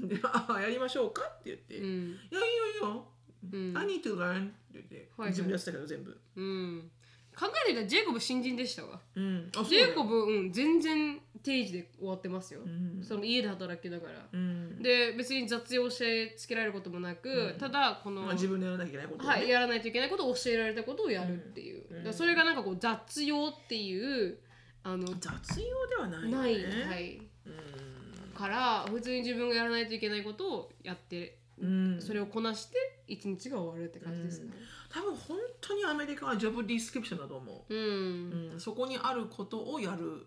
Speaker 2: で「ああやりましょうか」って言って「
Speaker 1: うん
Speaker 2: いやいいよいいよ、
Speaker 1: うん、
Speaker 2: I need to learn」って言って、
Speaker 1: はいはい
Speaker 2: 自分でやってたけど全部、
Speaker 1: うん、考えてみたらジェイコブ新人でしたわ
Speaker 2: うん、あそう
Speaker 1: ジ
Speaker 2: だよ
Speaker 1: ェイコブ、うん、全然定時で終わってますよ、
Speaker 2: うん
Speaker 1: その家で働きながら、
Speaker 2: うん
Speaker 1: で別に雑用を教えつけられることもなく、
Speaker 2: うん
Speaker 1: ただこの、
Speaker 2: まあ、自分でやらなきゃいけないことを
Speaker 1: は
Speaker 2: ね
Speaker 1: い、やらないといけないことを教えられたことをやるっていう、
Speaker 2: うん
Speaker 1: だからそれがなんかこう雑用っていうあの
Speaker 2: 雑用ではないよ
Speaker 1: ない、
Speaker 2: ね
Speaker 1: はい、
Speaker 2: うん
Speaker 1: から普通に自分がやらないといけないことをやって、
Speaker 2: うん、
Speaker 1: それをこなして一日が終わるって感じですね。
Speaker 2: 多分本当にアメリカはジョブディスクリプションだと思
Speaker 1: う
Speaker 2: う、
Speaker 1: ん、
Speaker 2: うん、そこにあることをやる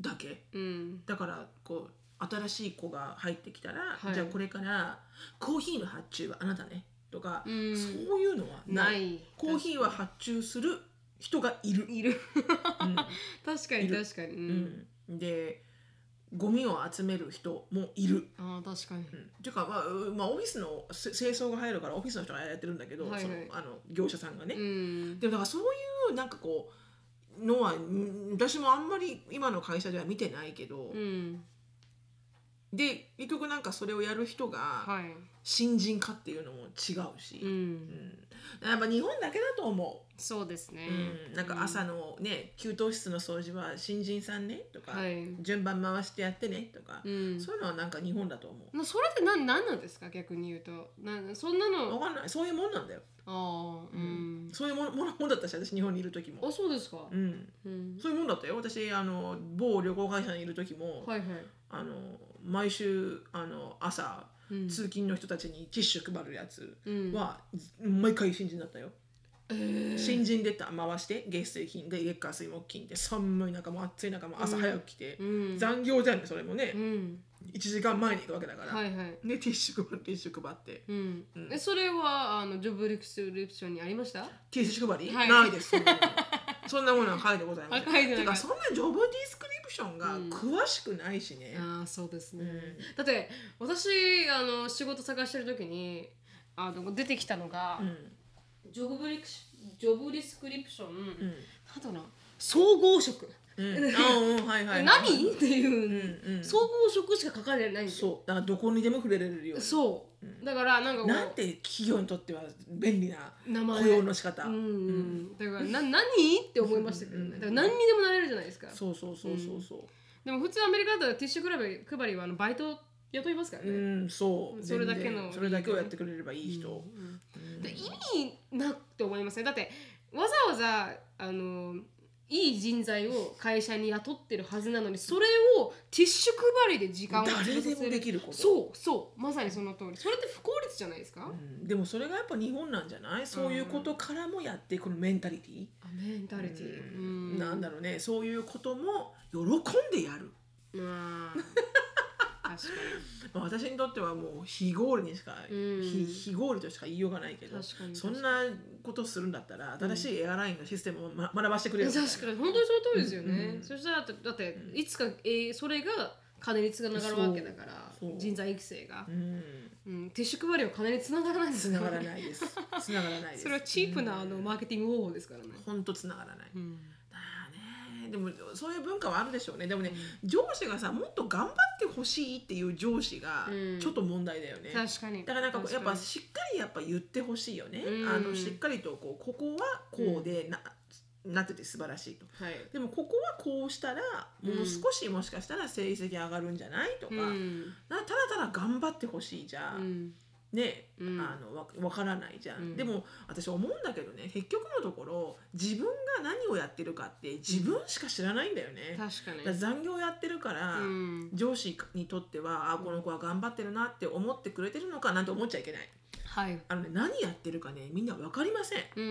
Speaker 2: だけ
Speaker 1: うん、
Speaker 2: だからこう新しい子が入ってきたら、
Speaker 1: はい
Speaker 2: じゃあこれからコーヒーの発注はあなたねとか、
Speaker 1: うん
Speaker 2: そういうのは
Speaker 1: な
Speaker 2: ない
Speaker 1: い。
Speaker 2: コーヒーは発注する人がいる、
Speaker 1: いる。
Speaker 2: うん
Speaker 1: 確かに
Speaker 2: いる
Speaker 1: 確かに。う、
Speaker 2: *laughs* うんんでゴミを集める人もいる、
Speaker 1: ああ確かに
Speaker 2: う。ん、ていうか、まあうまあ、オフィスのせ清掃が入るからオフィスの人がやってるんだけど、
Speaker 1: はいはい
Speaker 2: そのあの業者さんがね、
Speaker 1: うん。
Speaker 2: でもだからそういうなんかこうのはん私もあんまり今の会社では見てないけど、
Speaker 1: うん。
Speaker 2: で結局なんかそれをやる人が
Speaker 1: はい。
Speaker 2: 新人かっていうのも違うし、
Speaker 1: う
Speaker 2: うん
Speaker 1: ん。
Speaker 2: やっぱ日本だけだと思
Speaker 1: そうですね
Speaker 2: う、うん、。なんか朝のね給湯室の掃除は新人さんねとか、
Speaker 1: はい。
Speaker 2: 順番回してやってねとか
Speaker 1: う、ん。
Speaker 2: そういうのはなんか日本だと思う。
Speaker 1: なそれって何なんなんですか逆に言うとなそんな
Speaker 2: わ
Speaker 1: の
Speaker 2: かんないそういうもんなんだよ、
Speaker 1: ああうん
Speaker 2: そういうもんものもんだったし私日本にいる時も、
Speaker 1: あそうですか
Speaker 2: うん、
Speaker 1: うん
Speaker 2: そういうもんだったよ私あの某旅行会社にいる時も、
Speaker 1: はいはい
Speaker 2: あの毎週あの朝
Speaker 1: うん
Speaker 2: 通勤の人たちにティッシュ配るやつ
Speaker 1: うん
Speaker 2: は、毎回新人だったよ、
Speaker 1: えー
Speaker 2: 新人でた回して月水金で月火水木金で寒い中も暑い中も朝早く来て、
Speaker 1: うん
Speaker 2: 残業じゃんねそれもね、
Speaker 1: うん
Speaker 2: 一1時間前に行くわけだから、
Speaker 1: はいはい
Speaker 2: でティッシュ配るティッシュ配って
Speaker 1: うん
Speaker 2: うん
Speaker 1: えそれはあのジョブリクスリプションにありました
Speaker 2: ティッシュ配り、
Speaker 1: はい
Speaker 2: な
Speaker 1: *laughs*
Speaker 2: いですそんなものそんなものは書いてございませ
Speaker 1: あ書いて
Speaker 2: ん
Speaker 1: ない
Speaker 2: てかそんなジョブディスクリプションが
Speaker 1: うん
Speaker 2: 詳しくないしね、
Speaker 1: ああそうですね、
Speaker 2: う
Speaker 1: だって私あの仕事探してる時にあの出てきたのが、
Speaker 2: うん
Speaker 1: ジョブリクシジョブディスクリプション、
Speaker 2: う
Speaker 1: な
Speaker 2: ん
Speaker 1: んだろうな総合職、
Speaker 2: うん、あうんはいはいはい
Speaker 1: 何っていう、
Speaker 2: うんうん
Speaker 1: 総合職しか書かれないんですよ
Speaker 2: そうだからどこにでも触れられるように
Speaker 1: そう、だからなんかこう
Speaker 2: なんて企業にとっては便利な
Speaker 1: 名前
Speaker 2: 雇用の仕方、
Speaker 1: うん、うん、だからな何って思いましたけどねだから何にでもなれるじゃないですか
Speaker 2: そうそうそうそうそ
Speaker 1: でも普通アメリカだったらティッシュ配り配りはあのバイト雇いますから
Speaker 2: うう
Speaker 1: ね、
Speaker 2: ん、そう
Speaker 1: それだけの
Speaker 2: 全然それだけをやってくれればいい人、
Speaker 1: で意味なって思いますねだってわざわざあのいい人材を会社に雇ってるはずなのにそれをティッシュ配りで時間を
Speaker 2: 誰で
Speaker 1: 潰
Speaker 2: も
Speaker 1: せ
Speaker 2: できること
Speaker 1: そうそうまさにその通りそれって不効率じゃないですか、
Speaker 2: うんでもそれがやっぱ日本なんじゃないそういうことからもやっていくのメンタリティ
Speaker 1: あメンタリティー、うん
Speaker 2: なんだろうねそういうことも喜んでやる
Speaker 1: まあ確か
Speaker 2: まあ私にとってはもう非合理にしか、 *laughs*
Speaker 1: うん
Speaker 2: 非非合理としか言いようがないけど
Speaker 1: 確かに
Speaker 2: そんなことするんだったら新しいエアラインのシステムを、ま、学ばせてくれる
Speaker 1: に
Speaker 2: みたいな
Speaker 1: 確かに本当にその通りですよね、
Speaker 2: うん
Speaker 1: そしたらだってだって
Speaker 2: うん
Speaker 1: いつか、えーそれが金につながるわけだから
Speaker 2: そうそう
Speaker 1: 人材育成が
Speaker 2: う、ん
Speaker 1: うん、ティッシュ配りは金につながらないんです
Speaker 2: *laughs* つ
Speaker 1: よ
Speaker 2: ながらな
Speaker 1: *laughs*
Speaker 2: いですつながらないです
Speaker 1: それはチープなあの
Speaker 2: うん
Speaker 1: マーケティング方法ですからね、
Speaker 2: ほんとつながらない
Speaker 1: うん
Speaker 2: だねでもそういう文化はあるでしょうねでもね、上司がさもっと頑張ってほしいっていう上司が
Speaker 1: うん
Speaker 2: ちょっと問題だよね、
Speaker 1: 確かに
Speaker 2: だからなんかやっぱ
Speaker 1: 確
Speaker 2: しっかりやっぱ言ってほしいよね、
Speaker 1: うん
Speaker 2: あのしっかりとこうここはこうでな,、なってて素晴らしいと
Speaker 1: かにはい
Speaker 2: でもここはこうしたらもう少しもしかしたら成績上がるんじゃないとか、
Speaker 1: うん
Speaker 2: なただただ頑張ってほしいじゃ、
Speaker 1: うん
Speaker 2: ね
Speaker 1: うん
Speaker 2: あのわわからないじゃん、
Speaker 1: うん
Speaker 2: でも私思うんだけどね結局のところ自分が何をやってるかって自分しか知らないんだよね、だか
Speaker 1: 確かに
Speaker 2: ら残業やってるから、
Speaker 1: うん
Speaker 2: 上司にとってはあこの子は頑張ってるなって思ってくれてるのかなんて思っちゃいけない
Speaker 1: はい
Speaker 2: あの、ね、何やってるかねみんな分かりません、
Speaker 1: う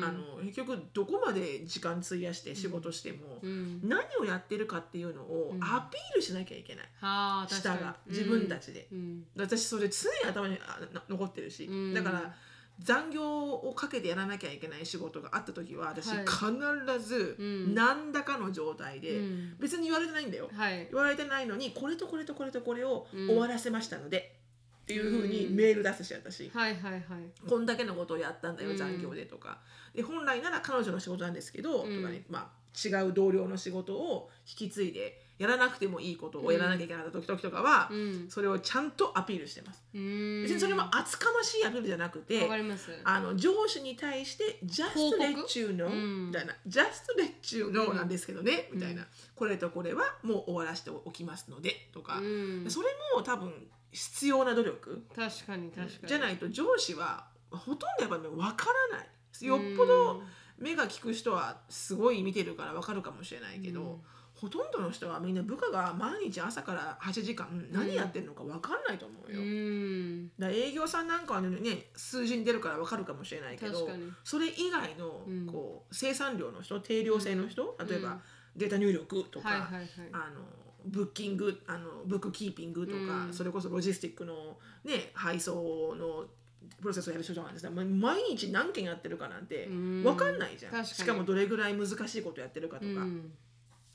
Speaker 1: ん
Speaker 2: あの結局どこまで時間費やして仕事しても、
Speaker 1: うん
Speaker 2: 何をやってるかっていうのを
Speaker 1: うん
Speaker 2: アピールしなきゃいけない、
Speaker 1: はあ確か
Speaker 2: 下
Speaker 1: に
Speaker 2: が
Speaker 1: うん
Speaker 2: 自分たちで、
Speaker 1: うん
Speaker 2: 私それ常に頭にあな残ってるし、
Speaker 1: うん
Speaker 2: だから残業をかけてやらなきゃいけない仕事があった時は私
Speaker 1: は
Speaker 2: 必
Speaker 1: い
Speaker 2: ず
Speaker 1: うん
Speaker 2: 何らかの状態で、
Speaker 1: うん
Speaker 2: 別に言われてないんだよ、
Speaker 1: はい
Speaker 2: 言われてないのにこれとこれとこれとこれを
Speaker 1: うん
Speaker 2: 終わらせましたので、っていうふうに
Speaker 1: うん
Speaker 2: メール出すし私、
Speaker 1: はいはいはい
Speaker 2: こんだけのことをやったんだ
Speaker 1: う
Speaker 2: よ
Speaker 1: ん
Speaker 2: 残業でとか、で本来なら彼女の仕事なんですけど、
Speaker 1: うん
Speaker 2: とかね、まあ、違う同僚の仕事を引き継いでやらなくてもいいことをやらなきゃいけなかった時々とかは、
Speaker 1: うん
Speaker 2: それをちゃんとアピールしてます。別
Speaker 1: 別
Speaker 2: にそれも厚かましいアピールじゃなくて
Speaker 1: わかります
Speaker 2: あの上司に対して「just
Speaker 1: 報告
Speaker 2: let you know
Speaker 1: う」ん
Speaker 2: みたいな「just let you
Speaker 1: う
Speaker 2: know」
Speaker 1: ん
Speaker 2: なんですけどね、
Speaker 1: うん
Speaker 2: みたいな「これとこれはもう終わらせておきますので」とか、
Speaker 1: うん
Speaker 2: それも多分必要な努力
Speaker 1: 確かに確かに
Speaker 2: じゃないと上司はほとんどやっぱり分からない。よっぽ
Speaker 1: う
Speaker 2: ど
Speaker 1: ん
Speaker 2: 目が利く人はすごい見てるから分かるかもしれないけど、
Speaker 1: うん
Speaker 2: ほとんどの人はみんな部下が毎日朝から8時間何やってるのか分かんないと思う
Speaker 1: う
Speaker 2: よ。
Speaker 1: ん
Speaker 2: だから営業さんなんかはね数字に出るから分かるかもしれないけ
Speaker 1: 確
Speaker 2: ど
Speaker 1: かに
Speaker 2: それ以外の、
Speaker 1: うん
Speaker 2: こう生産量の人定量性の人、例えば、データ入力とか、
Speaker 1: はいはいはい
Speaker 2: あのブッキングあのブックキーピングとか、
Speaker 1: うん
Speaker 2: それこそロジスティックの、ね、配送のプロセスをやる人とかですねま毎日何件やってるかなんて
Speaker 1: うん
Speaker 2: 分かんないじゃん、
Speaker 1: 確かに
Speaker 2: しかもどれぐらい難しいことやってるかと
Speaker 1: う
Speaker 2: か、
Speaker 1: ん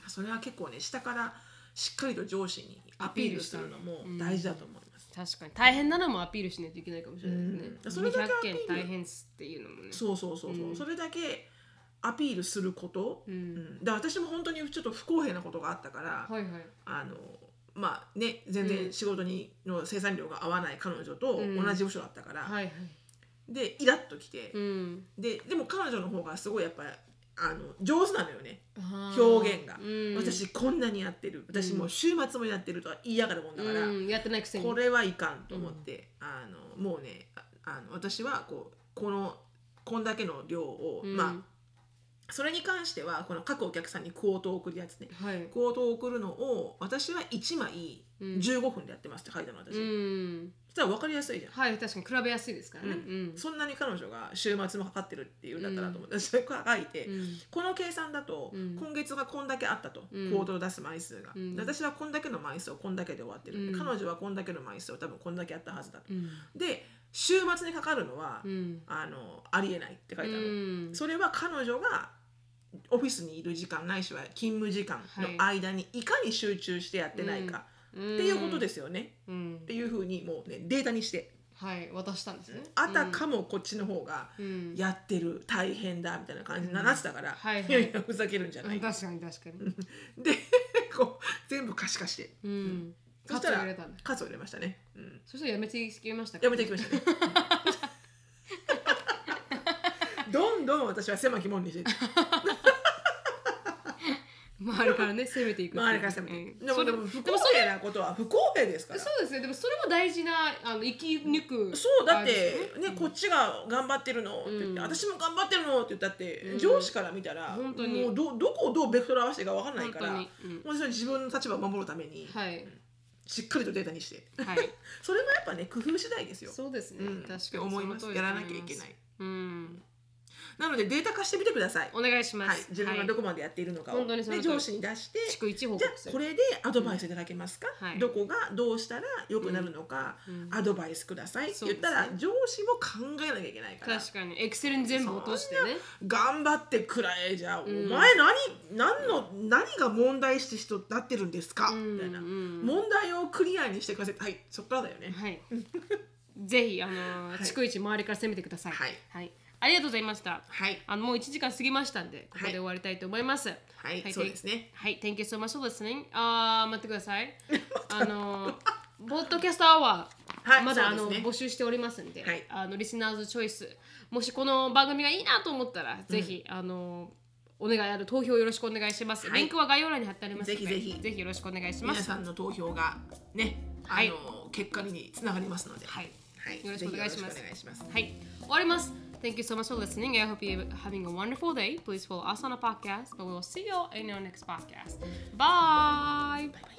Speaker 2: それは結構ね下からしっかりと上司にアピールするのも大事だと思います。
Speaker 1: 確かに大変なのもアピールしないといけないかもしれないですね
Speaker 2: うんそれだけ
Speaker 1: 200
Speaker 2: アピー
Speaker 1: 件
Speaker 2: ル
Speaker 1: 大変っすっていうのもね
Speaker 2: そうそうそうそう、
Speaker 1: うん
Speaker 2: それだけアピールすること、
Speaker 1: う
Speaker 2: うんん、だから私も本当にちょっと不公平なことがあったから、
Speaker 1: はいはい
Speaker 2: あのまあね全
Speaker 1: う
Speaker 2: 然
Speaker 1: ん
Speaker 2: 仕事にの生産量が合わない彼女と
Speaker 1: うん
Speaker 2: 同じ部署だったから、
Speaker 1: はいはい
Speaker 2: でイラッときて、
Speaker 1: うん
Speaker 2: ででも彼女の方がすごいやっぱりあの上手なのよね、
Speaker 1: あー
Speaker 2: 表現が
Speaker 1: うん
Speaker 2: 私こんなにやってる私もう週末もやってるとは言いやがるもんだから、
Speaker 1: うんやってないくせに
Speaker 2: これはいかんと思って、あのもうねああの私はこうこのこんだけの量を、
Speaker 1: うん
Speaker 2: まあそれに関してはこの各お客さんにクォートを送るやつね
Speaker 1: はい
Speaker 2: クォートを送るのを私は1枚
Speaker 1: うん
Speaker 2: 15分でやってますって書いたの私、
Speaker 1: うん
Speaker 2: そしたら分かりやすいじゃん、
Speaker 1: はい確かに比べやすいですからね
Speaker 2: うん
Speaker 1: うん
Speaker 2: そんなに彼女が週末もかかってるっていうんだったらと思って、それから書いて、
Speaker 1: うん
Speaker 2: この計算だと、
Speaker 1: うん
Speaker 2: 今月はこんだけあったと、
Speaker 1: うん
Speaker 2: コードを出す枚数が、
Speaker 1: うん
Speaker 2: で私はこんだけの枚数をこんだけで終わってる、
Speaker 1: うん
Speaker 2: 彼女はこんだけの枚数を多分こんだけあったはずだと、
Speaker 1: うん
Speaker 2: で週末にかかるのは、
Speaker 1: うん
Speaker 2: あのありえないって書いてある、
Speaker 1: うん
Speaker 2: それは彼女がオフィスにいる時間ないしは勤務時間の間にいかに集中してやってないか
Speaker 1: って
Speaker 2: っていうことですすよね、
Speaker 1: うん
Speaker 2: っていうふうにもうねデータにして
Speaker 1: はい渡したんですね
Speaker 2: あたかもこっちの方が
Speaker 1: うん
Speaker 2: やってる大変だみたいな感じになってたから、
Speaker 1: はいはい
Speaker 2: やいやふざけるんじゃ
Speaker 1: う
Speaker 2: なんいで
Speaker 1: 確かに確かに
Speaker 2: こう全部可視化して
Speaker 1: うん
Speaker 2: そ
Speaker 1: カ
Speaker 2: し
Speaker 1: ツ
Speaker 2: た
Speaker 1: を
Speaker 2: ら
Speaker 1: 入れたんだ
Speaker 2: 数を入れましたね、うん、
Speaker 1: そしたらやめていきましたか
Speaker 2: やめてきましたねどんどん私は狭き門にして
Speaker 1: *laughs* 周りからね攻めていくっていう
Speaker 2: 周りから攻め
Speaker 1: う
Speaker 2: て
Speaker 1: ん
Speaker 2: でも
Speaker 1: それ
Speaker 2: で
Speaker 1: でも
Speaker 2: も
Speaker 1: そ
Speaker 2: 不
Speaker 1: れ
Speaker 2: 公平なことは不公平ですから
Speaker 1: そうですねでもそれも大事なあの生き抜く
Speaker 2: そうだっ
Speaker 1: あ
Speaker 2: て
Speaker 1: れですよ
Speaker 2: ね、こっちが頑張ってるのって言って、
Speaker 1: うん
Speaker 2: 私も頑張ってるのって言ったって、
Speaker 1: うん
Speaker 2: 上司から見たら
Speaker 1: 本当に
Speaker 2: もうどどこをどうベクトル合わせていいか分からない
Speaker 1: 本
Speaker 2: か
Speaker 1: 当
Speaker 2: ら
Speaker 1: にうん
Speaker 2: もうそれは自分の立場を守るために、
Speaker 1: はい
Speaker 2: しっかりとデータにして *laughs*
Speaker 1: はい
Speaker 2: それもやっぱね工夫次第ですよ。
Speaker 1: そうですね
Speaker 2: うん
Speaker 1: 確
Speaker 2: っ
Speaker 1: か
Speaker 2: て
Speaker 1: に
Speaker 2: 思います
Speaker 1: その通り
Speaker 2: や
Speaker 1: だ
Speaker 2: ら
Speaker 1: と
Speaker 2: な
Speaker 1: 思
Speaker 2: きゃいけない。
Speaker 1: うん
Speaker 2: なのでデータ化してみてください。
Speaker 1: お願いしま
Speaker 2: はい
Speaker 1: す、。
Speaker 2: 自分が
Speaker 1: はい
Speaker 2: どこまでやっているのかを、
Speaker 1: 本当にその
Speaker 2: で
Speaker 1: 通り
Speaker 2: 上司に出して
Speaker 1: 逐一報
Speaker 2: じゃ
Speaker 1: 告する
Speaker 2: あこれでアドバイスいただけますか、
Speaker 1: うんはい
Speaker 2: どこがどうしたら良くなるのか、
Speaker 1: うん
Speaker 2: アドバイスくださいって
Speaker 1: そう
Speaker 2: 言
Speaker 1: です
Speaker 2: っ
Speaker 1: ね
Speaker 2: たら、上司も考えなきゃいけないから
Speaker 1: 確かにエクセルに全部落としてね
Speaker 2: 頑張ってくらえじゃあ、
Speaker 1: ん
Speaker 2: お前何何の何が問題視してなってるんですか、
Speaker 1: うん
Speaker 2: みたいな、
Speaker 1: うん
Speaker 2: 問題をクリアにしてくださいはいそっからだよね、 *laughs*
Speaker 1: はいぜひあのー
Speaker 2: い
Speaker 1: 逐一周りから攻めてください
Speaker 2: はい
Speaker 1: ありがとうございました
Speaker 2: はい
Speaker 1: あのもう1時間過ぎましたんでここで終わりたいと思いますはい、
Speaker 2: はい、そうですね
Speaker 1: はい、Thank you so much for listening あー待ってくださ
Speaker 2: *laughs*
Speaker 1: いあのーポッドキャストアワー、
Speaker 2: はい
Speaker 1: まだあ
Speaker 2: そう
Speaker 1: の、
Speaker 2: ですね
Speaker 1: 募集しておりますんで、
Speaker 2: はい
Speaker 1: あのリスナーズチョイスもしこの番組がいいなと思ったら、ぜひあのお願いある投票よろしくお願いします、
Speaker 2: はい
Speaker 1: リンクは概要欄に貼ってありますので
Speaker 2: ぜひぜひ
Speaker 1: ぜひよろしくお願いしま
Speaker 2: 皆
Speaker 1: す
Speaker 2: さんの投票がねあ
Speaker 1: はい
Speaker 2: の結果につながりますので
Speaker 1: はい
Speaker 2: はい
Speaker 1: よろしくお願いします
Speaker 2: ぜひよろしくお願いします
Speaker 1: はい、終わります。Thank you so much for listening. I hope you're having a wonderful day. Please follow us on a podcast, but we'll see you in our next podcast. Bye! Bye.